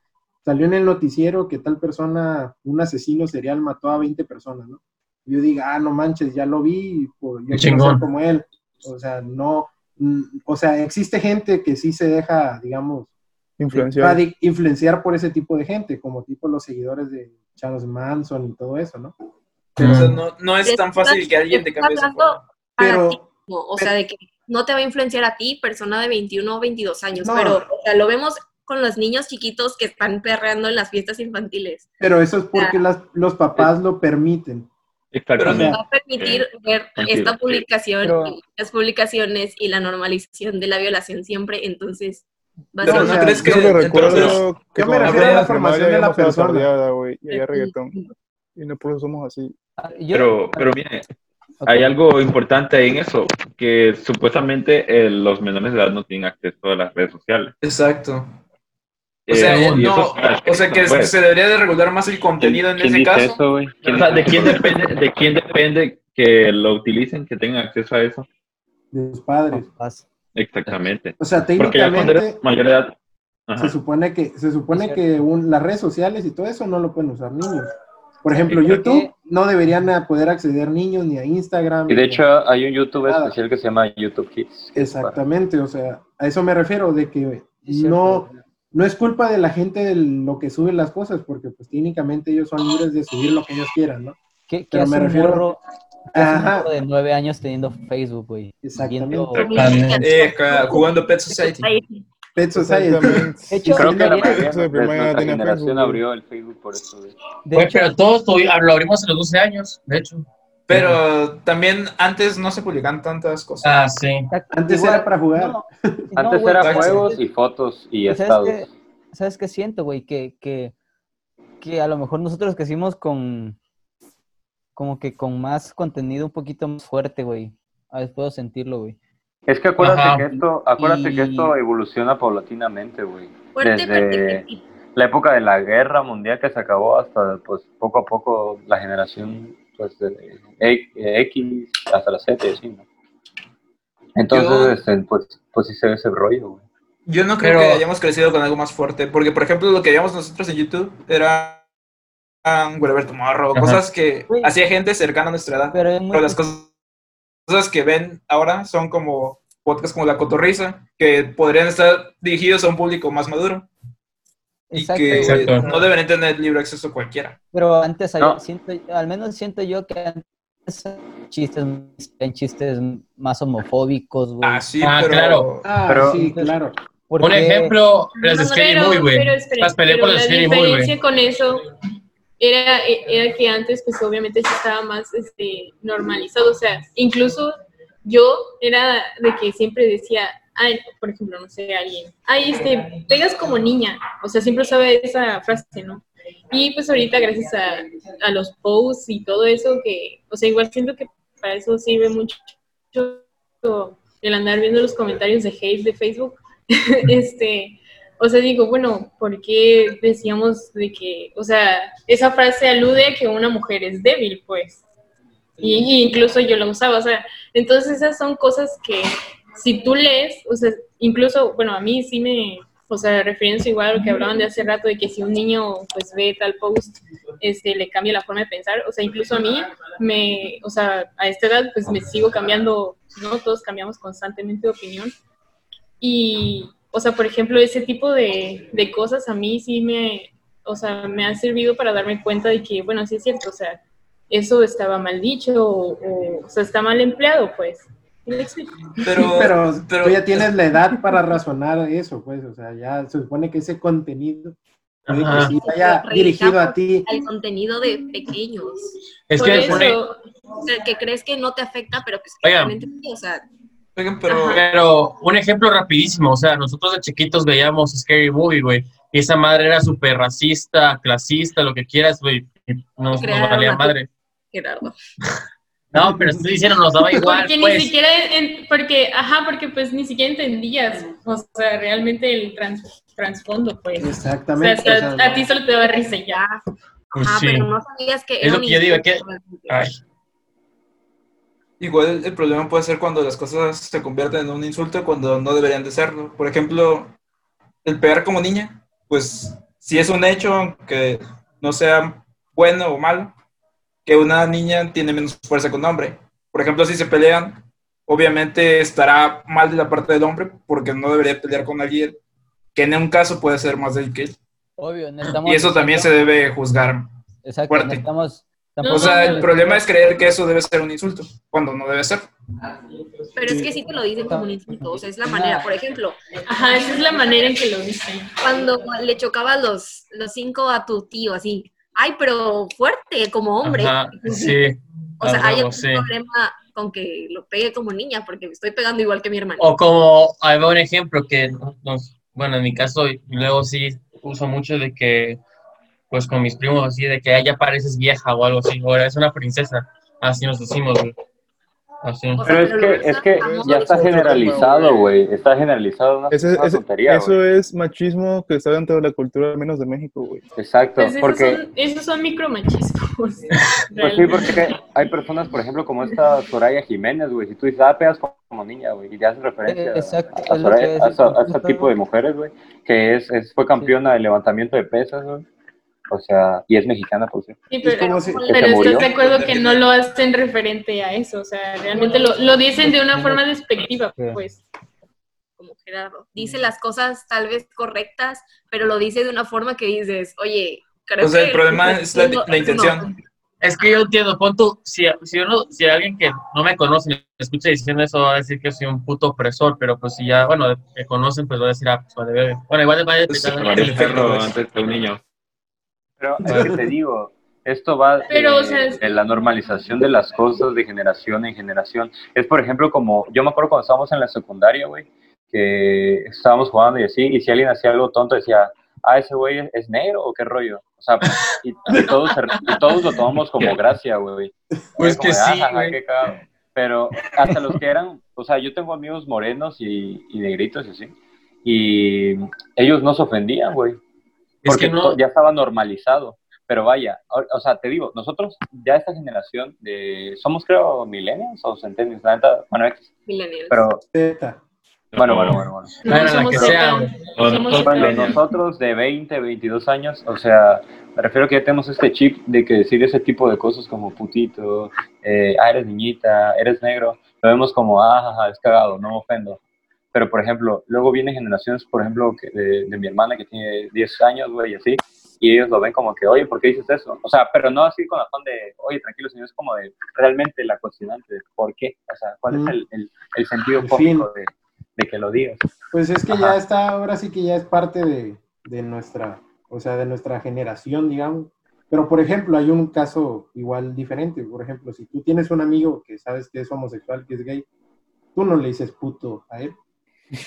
salió en el noticiero que tal persona, un asesino serial mató a 20 personas, ¿no? Y Yo diga, ah, no manches, ya lo vi, pues, yo quiero
chingón.
ser como él. O sea, no, mm, o sea, existe gente que sí se deja, digamos,
influenciado.
radi- influenciar por ese tipo de gente, como tipo los seguidores de Charles Manson y todo eso, ¿no?
O sea,
Mm.
no, no es tan fácil que alguien te cambie esa forma.
Para
Pero-
ti mismo, o sea, de que no te va a influenciar a ti, persona de 21 o 22 años,
No.
pero o sea, lo vemos con los niños chiquitos que están perreando en las fiestas infantiles.
Pero eso es porque las- los papás lo permiten.
Exactamente.
va a permitir ver
tranquilo.
esta publicación,
Pero-
y las publicaciones y la normalización de la violación siempre, entonces va a
Pero
ser
o
no
sea,
crees que
Yo me
entonces
recuerdo que
yo me
cuando
refiero a
estaba en
la
formación
primaria
de la
íbamos a
persona.
tardeada, güey, y había
Sí.
reggaetón. Y no por eso somos así.
Ah, yo-
Pero, pero mire,
Ok.
hay algo importante en eso, que supuestamente eh, los menores de edad no tienen acceso a las redes sociales.
Exacto. O sea,
Eh, y
no,
eso es una
o sea que
pues.
se debería de regular más el contenido en
¿Quién
ese
dice
caso.
eso, güey?
O sea, ¿de quién depende, de quién depende que lo utilicen, que tengan acceso a eso?
De sus padres.
Papás.
Exactamente.
O sea,
Porque ya cuando
técnicamente
eres mayor de edad.
se
Ajá.
supone que, se supone
Es
que un- las redes sociales y todo eso no lo pueden usar niños. Por ejemplo,
Exacto.
YouTube no deberían a poder acceder niños ni a Instagram.
Y
ni
de
a-
hecho hay un YouTube
Ah.
Nada.
especial que se llama YouTube Kids. que es para-
Exactamente, o sea, a eso me refiero, de que
Sí,
no,
cierto.
no es culpa de la gente el- lo que suben las cosas, porque pues técnicamente ellos son libres de subir lo que ellos quieran, ¿no?
¿Qué, qué
Pero
hace
me
un
refiero-
morro, qué hace un
Ajá.
morro de nueve años teniendo Facebook, güey?
Exactamente.
Viendo-
Eh, ca- jugando Pet Society.
Pet Society.
Exactamente.
De hecho,
Creo que la
debería-
mayoría
Eso de
de
primaria
nuestra
tenía
generación
Facebook.
abrió el Facebook por eso. de-
de
Güey,
hecho,
pero todos tuvi- lo abrimos a los 12 años, de hecho.
Pero también antes no se publicaban tantas cosas.
Ah, sí.
Antes
igual-
era para jugar.
no, no,
Antes
güey, pues,
era
pues,
¿sabes qué?
juegos y fotos y
Pues, ¿Sabes
estados.
qué, ¿Sabes qué siento, güey? Que, que, que a lo mejor nosotros crecimos con como que con más contenido un poquito más fuerte, güey. A veces puedo sentirlo, güey.
Es que acuérdate
Ajá.
que esto, acuérdate
Y-
que esto evoluciona paulatinamente, güey.
Fuerte
Desde
porque
la época de la guerra mundial que se acabó hasta pues poco a poco la generación pues de E- X hasta la Z, y así, ¿no?
Yo-
Entonces, este, pues, pues sí se ve ese rollo, güey.
Yo no creo
Pero-
que hayamos crecido con algo más fuerte, porque por ejemplo lo que veíamos nosotros en YouTube era um, Whatever Tomorrow,
Ajá.
cosas que
Güey.
hacía gente cercana a nuestra edad.
Pero es muy
Pero las cosas, cosas que ven ahora son como podcasts como La Cotorrisa, que podrían estar dirigidos a un público más maduro y
exacto,
que
güey.
Exacto.
no deberían tener libre acceso cualquiera.
Pero antes, había-
No.
siento, al menos siento yo que antes chistes, eran chistes más homofóbicos, güey.
Ah, sí,
Ah,
pero
claro.
Ah,
Pero-
sí, claro.
Porque-
Un ejemplo, las de
No,
Scary
pero-
Movie, güey.
pero espera,
Las películas
pero
de
la
Scary Movie, güey.
diferencia con eso era, era que antes, pues obviamente sí estaba más este, normalizado. O sea, incluso yo era de que siempre decía, ay, por ejemplo, no sé, alguien, ay, este, pegas como niña. O sea, siempre usaba esa frase, ¿no? Y pues ahorita, gracias a, a los posts y todo eso, que, o sea, igual siento que para eso sirve mucho el andar viendo los comentarios de hate de Facebook. este, o sea, digo, bueno, ¿por qué decíamos de que, o sea, esa frase alude a que una mujer es débil, pues? Y, y incluso yo la usaba, o sea, entonces esas son cosas que si tú lees, o sea, incluso, bueno, a mí sí me, o sea, referencia igual a lo que hablaban de hace rato, de que si un niño pues ve tal post, este, le cambia la forma de pensar, o sea, incluso a mí me, o sea, a esta edad pues me sigo cambiando, ¿no? Todos cambiamos constantemente de opinión. Y, o sea, por ejemplo, ese tipo de, de cosas a mí sí me, o sea, me han servido para darme cuenta de que, bueno, sí es cierto, o sea, eso estaba mal dicho o, o, o sea, está mal empleado, pues. ¿Sí me explico?
pero,
Sí, pero,
pero-
tú ya tienes la edad para razonar eso, pues, o sea, ya se supone que ese contenido puede que
Ajá.
sí vaya
Revisamos
dirigido a ti.
al contenido de pequeños.
Es
por
que,
eso,
güey,
O sea, que crees que no te afecta, pero pues que
Oigan.
realmente sí, o sea,
Oigan, pero
pero un ejemplo rapidísimo, o sea, nosotros de chiquitos veíamos Scary Movie, güey. Y esa madre era súper racista, clasista, lo que quieras, güey. y Nos, nos
Crearon
valía
la-
madre.
Gerardo.
No, pero estoy diciendo, nos daba igual,
porque ni
pues.
siquiera, en- porque, ajá, porque pues ni siquiera entendías, o sea, realmente el trans- trasfondo, pues. O sea,
Exactamente. o
hasta-
sea,
a ti solo te daba risa y ya.
Pues
ah,
sí.
pero no sabías que
Es
era
lo
un
que yo digo,
insulto,
que-
realmente.
Ay,
Igual el problema puede ser cuando las cosas se convierten en un insulto cuando no deberían de serlo. Por ejemplo, el pegar como niña, pues si es un hecho, aunque no sea bueno o malo, que una niña tiene menos fuerza que un hombre. Por ejemplo, si se pelean, obviamente estará mal de la parte del hombre porque no debería pelear con alguien que en un caso puede ser más débil que él.
Obvio, no estamos
Y eso también se
diciendo-
debe juzgar.
Exacto,
fuerte.
no estamos...
No,
O sea,
no,
el problema es creer que eso debe ser un insulto cuando no debe ser.
Pero es que sí te lo dicen como un insulto, o sea, es la manera. Por ejemplo,
Ajá, esa es la manera en que lo dicen.
cuando le chocaba los, los cinco a tu tío, así, ay, pero fuerte, como hombre.
Ajá, sí.
O sea,
a
hay
huevo,
algún
sí.
problema con que lo pegue como niña, porque me estoy pegando igual que mi hermano.
O como, ahí va un ejemplo que, nos- bueno, en mi caso, y luego sí uso mucho de que, pues con mis primos, así, de que "Ay, ya pareces vieja o algo así, o eres una princesa, así nos decimos, güey. Así.
O sea,
Pero es
lo
que, es que
usan a modo
ya
de
está
insulto.
generalizado, güey. Está generalizado una,
Ese-
una
ese-
tontería,
eso
güey.
es machismo que está dentro de la cultura, al menos de México, güey.
Exacto,
Pues esos,
porque
son, esos son micromachismos.
Pues sí, porque hay personas, por ejemplo, como esta Soraya Jiménez, güey. Si tú dices, ah, pegas como niña, güey, y te haces referencia
Eh, exacto,
a, a
es lo
Soraya-
que es,
a esa- a
justo
ese este tipo de mujeres, güey, que es, es- fue campeona de levantamiento de pesas, güey. O sea, y es mexicana, por cierto.
Sí, pero,
Es como si-
pero
se murió.
estás de acuerdo que no lo hacen referente a eso, o sea, realmente lo, lo dicen de una forma despectiva, pues.
Como Gerardo. Dice las cosas tal vez correctas, pero lo dice de una forma que dices, oye, creo
O sea, el
que-
problema es la- la intención.
Es que yo entiendo, pon tú, si, si, uno, si alguien que no me conoce me escucha diciendo eso, va a decir que soy un puto opresor, pero pues si ya, bueno, me conocen, pues va a decir, ah, pues vale, bebe. Bueno, igual le va a explicar.
Tomar el perro antes de un niño.
Pero es que te digo, esto va de,
Pero, o sea, es-
de la normalización de las cosas de generación en generación. Es, por ejemplo, como yo me acuerdo cuando estábamos en la secundaria, güey, que estábamos jugando y así, y si alguien hacía algo tonto, decía, ah, ese güey es- es negro o qué rollo. O sea, y, y todos, se- y todos lo tomamos como gracia, güey.
Pues
Como
que
de, "Ah,
sí,
jaja,
güey".
qué cagado. Pero hasta los que eran, o sea, yo tengo amigos morenos y, y negritos y así, y ellos no se ofendían, güey
Es
porque
que no,
to- ya estaba normalizado. Pero vaya, o, o sea, te digo, nosotros ya esta generación de, somos creo millennials o centennials, la neta, bueno, X,
millennials.
pero
Zeta.
bueno, bueno, bueno, bueno.
No,
Bueno, la
somos
que
Z.
sea.
O
Somos
nosotros
Bueno,
millennials.
nosotros de 20, 22 años, o sea, me refiero que ya tenemos este chip de que decir ese tipo de cosas como putito, eh, ah, eres niñita, eres negro, lo vemos como, ah, jaja, es cagado, no me ofendo. Pero, por ejemplo, luego vienen generaciones, por ejemplo, que- de, de mi hermana que tiene 10 años, güey, y así, y ellos lo ven como que, oye, ¿por qué dices eso? O sea, pero no así con afán de, oye, tranquilo, sino es como de realmente la cuestionante de por qué, o sea, cuál
Mm.
es el, el- el sentido
El
cómico de, de que lo digas.
Pues es que
Ajá.
ya está, ahora sí que ya es parte de, de nuestra, o sea, de nuestra generación, digamos. Pero, por ejemplo, hay un caso igual diferente. Por ejemplo, si tú tienes un amigo que sabes que es homosexual, que es gay, tú no le dices puto a él.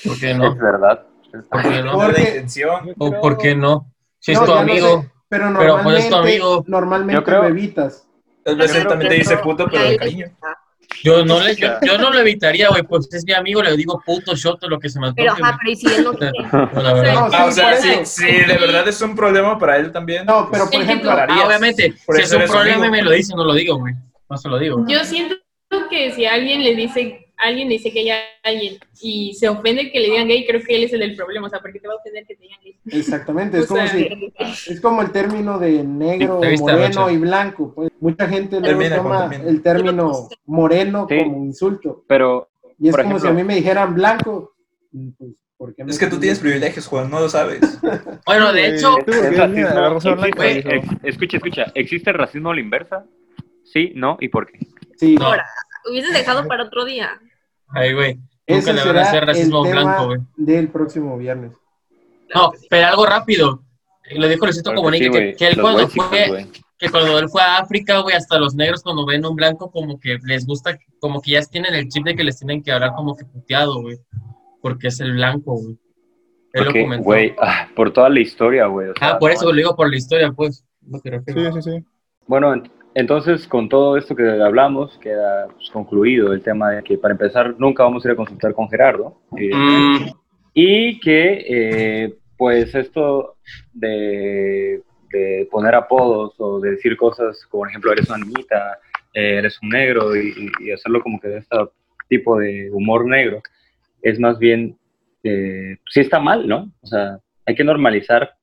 ¿por qué no?
Es verdad. es
¿Por qué no?
No era
Porque-
la intención.
¿O por qué no? Si es
No,
tu
ya no
amigo,
sé, pero
pero
normalmente,
pues es tu amigo.
normalmente
Yo creo-
lo evitas.
Tal vez
Yo
él
creo
también
que
te dice
no,
puto, pero
ya
de
él
cariño.
está.
yo no le, yo, yo no lo evitaría, güey, pues es mi amigo, le digo puto, shoto, lo que se me antoje.
Pero, ajá, pero ¿y si él no
güey.
quiere?
No, la verdad.
No,
Ah, o
sí,
sea,
por
si,
eso.
si de verdad es un problema para él también.
No, pero por
Es que
ejemplo,
tú-
pararías.
Ah, obviamente,
Por
si
eso
es un
eres su
problema y
amigo.
me lo dice, no lo digo, güey. No se lo digo.
Yo siento que si alguien le dice, alguien le dice que hay alguien y se ofende que le digan gay, creo que él es el del problema. O sea, ¿por qué te va a ofender que te digan gay?
exactamente, es
O
como
sea,
si Es como el término de negro,
Sí, te viste,
moreno
Rocha.
y blanco. pues. mucha gente luego
Termina, Juan,
toma
termina.
el término moreno
Sí.
como insulto.
Pero
Y es
Por
como si
ejemplo.
a mí me dijeran blanco. y Pues, ¿por qué me
Es que tú tienes privilegios, Juan, no lo sabes.
Bueno, de hecho,
Sí, porque
Es
es niña,
racismo.
la rosa blanca, "Ah".
Existe-
dijo.
ex- escucha, escucha. ¿Existe el racismo a la inversa? Sí, no y por qué.
Sí,
No,
Hubieses dejado para otro día.
ay, güey. Nunca
ese
le van a
será
hacer
el
racismo
tema
blanco, güey.
del próximo viernes.
No, pero algo rápido. Lo dijo Luisito
Porque
Comunica
sí,
que,
güey,
que él
los
cuando
white chicos,
fue,
güey.
que cuando él fue a África, güey, hasta los negros cuando ven un blanco como que les gusta, como que ya tienen el chip de que les tienen que hablar como que puteado, güey. Porque es el blanco, güey. Él
Porque,
lo comentó.
güey, ah, por toda la historia, güey. o sea,
ah, por
no
eso lo digo por la historia, pues. Lo que refiero.
Sí, sí, sí.
Bueno, ent- entonces con todo esto que hablamos, queda pues, concluido el tema de que para empezar nunca vamos a ir a consultar con Gerardo. evidentemente.
Mm,
Y que, eh, pues, esto de, de poner apodos o de decir cosas, como por ejemplo, eres una niñita, eh, eres un negro, y, y- y hacerlo como que de este tipo de humor negro, es más bien, eh, sí está mal, ¿no? O sea, hay que normalizar,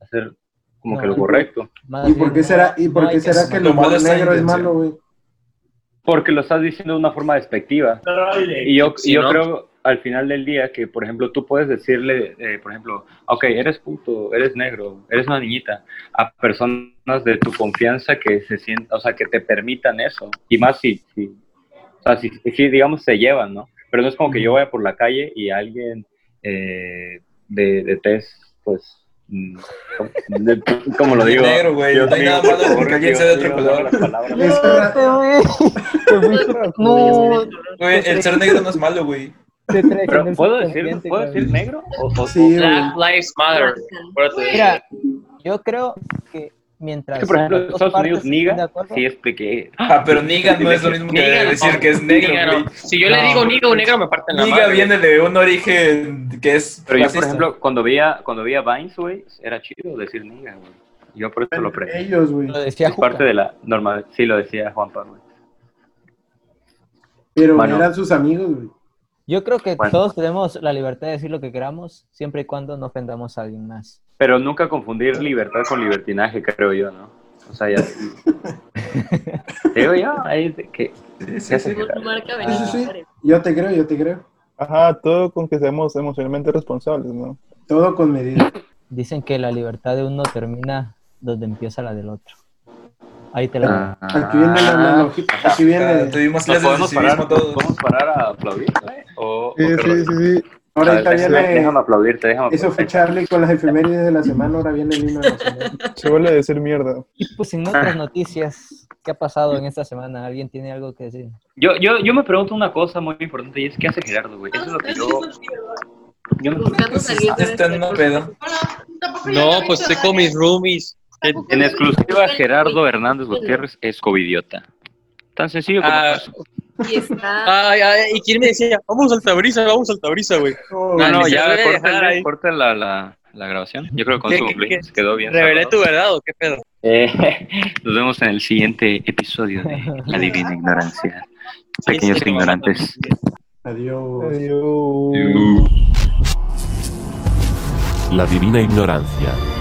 hacer como
No,
que lo
no.
correcto.
Más
¿Y por qué
bien,
será, y
Ah, no
por
hay
qué será que el
Lo malo
humor
es la
negro es
intención.
malo, güey?
Porque lo estás diciendo de una forma despectiva. Y yo,
Sí,
y yo
¿no?
creo al final del día que, por ejemplo, tú puedes decirle, eh, por ejemplo, ok, eres puto, eres negro, eres una niñita, a personas de tu confianza que se sientan, o sea, que te permitan eso. Y más si, si, o sea, si, si, digamos, se llevan, ¿no? Pero no es como que yo vaya por la calle y alguien eh, de, de test, pues, mm, de- como lo
De
digo.
negro, güey,
Dios
no hay
mío,
nada malo
por
con
favor,
que alguien
Dios
sea de otra
mío,
color.
las palabras.
Es ra-
Este, güey,
Te fuiste a la
No,
jodida.
Güey, el ser negro no es malo, güey.
te traje en
Pero,
el
¿puedo decir,
subconsciente,
¿puedo decir
cabrón.
negro? O- o-
Sí,
o-
güey.
Black Lives Matter. Acuérdate.
Mira, yo creo que mientras.
Es que, por ejemplo, en
las dos
Estados
partes
Unidos,
estén de
niga,
acuerdo,
sí expliqué.
Ah, pero niga no es lo mismo que
Niga,
decir
no.
que es negro,
Niga,
güey.
no. Si yo le
No.
digo niga o negro, me parten la
Niga
madre.
viene de un origen que es
Pero yo, por
racista.
ejemplo, cuando veía, cuando veía Vines, güey, era chido decir niga, güey. Yo por eso lo aprendí.
Ellos, güey.
lo decía
Es
Juca.
parte de la normal. Sí, lo decía Juan Pablo.
Pero
Bueno.
eran sus amigos, güey.
Yo creo que
Bueno.
todos tenemos la libertad de decir lo que queramos, siempre y cuando no ofendamos a alguien más.
Pero nunca confundir libertad con libertinaje, creo yo, ¿no? O sea, ya. Digo yo, ahí te- que.
Sí, sí,
que
sí.
se-
Marca
Sí, sí,
Ah.
sí. Yo te creo, yo te creo.
Ajá, todo con que seamos emocionalmente responsables, ¿no?
Todo con medida.
Dicen que la libertad de uno termina donde empieza la del otro. Ahí te
Ah.
la
Aquí viene la analogía. Aquí viene.
ah, Tuvimos
¿Nos
clases de
podemos
civismo
parar,
todos.
podemos parar a aplaudir? eh? O-
Sí,
o-
sí, sí, sí.
Ahora
A ver,
ahorita
déjame, déjame
viene.
aplaudirte, déjame
Eso fue
aplaudirte.
Charlie con las efemérides de la semana. Ahora viene el himno nacional.
Se vuelve a decir mierda.
Y pues en otras noticias, ¿qué ha pasado en esta semana? ¿Alguien tiene algo que decir?
Yo, yo, yo me pregunto una cosa muy importante y es ¿qué hace Gerardo, güey? Eso es lo que yo... yo me-
Buscando salir de este
Está en un pedo.
No, pues estoy con mis roomies.
En exclusiva, Gerardo Hernández Gutiérrez es covidiota. Tan sencillo como
Ah,
eso.
Y está.
Ay, ay, y quién me decía, vamos al Tabriza, vamos al Tabriza, güey.
No, no,
se
ya
debe dejar
corta,
ahí.
corta la, la, la grabación. Yo creo que con
¿Qué-
eso
qué-
cumplimos.
qué?
Quedó bien.
Revelé
salvado.
tu verdad o qué pedo.
Eh, nos vemos en el siguiente episodio de La Divina Ignorancia. Pequeños
Sí, sí,
ignorantes.
Adiós.
Adiós.
La divina ignorancia.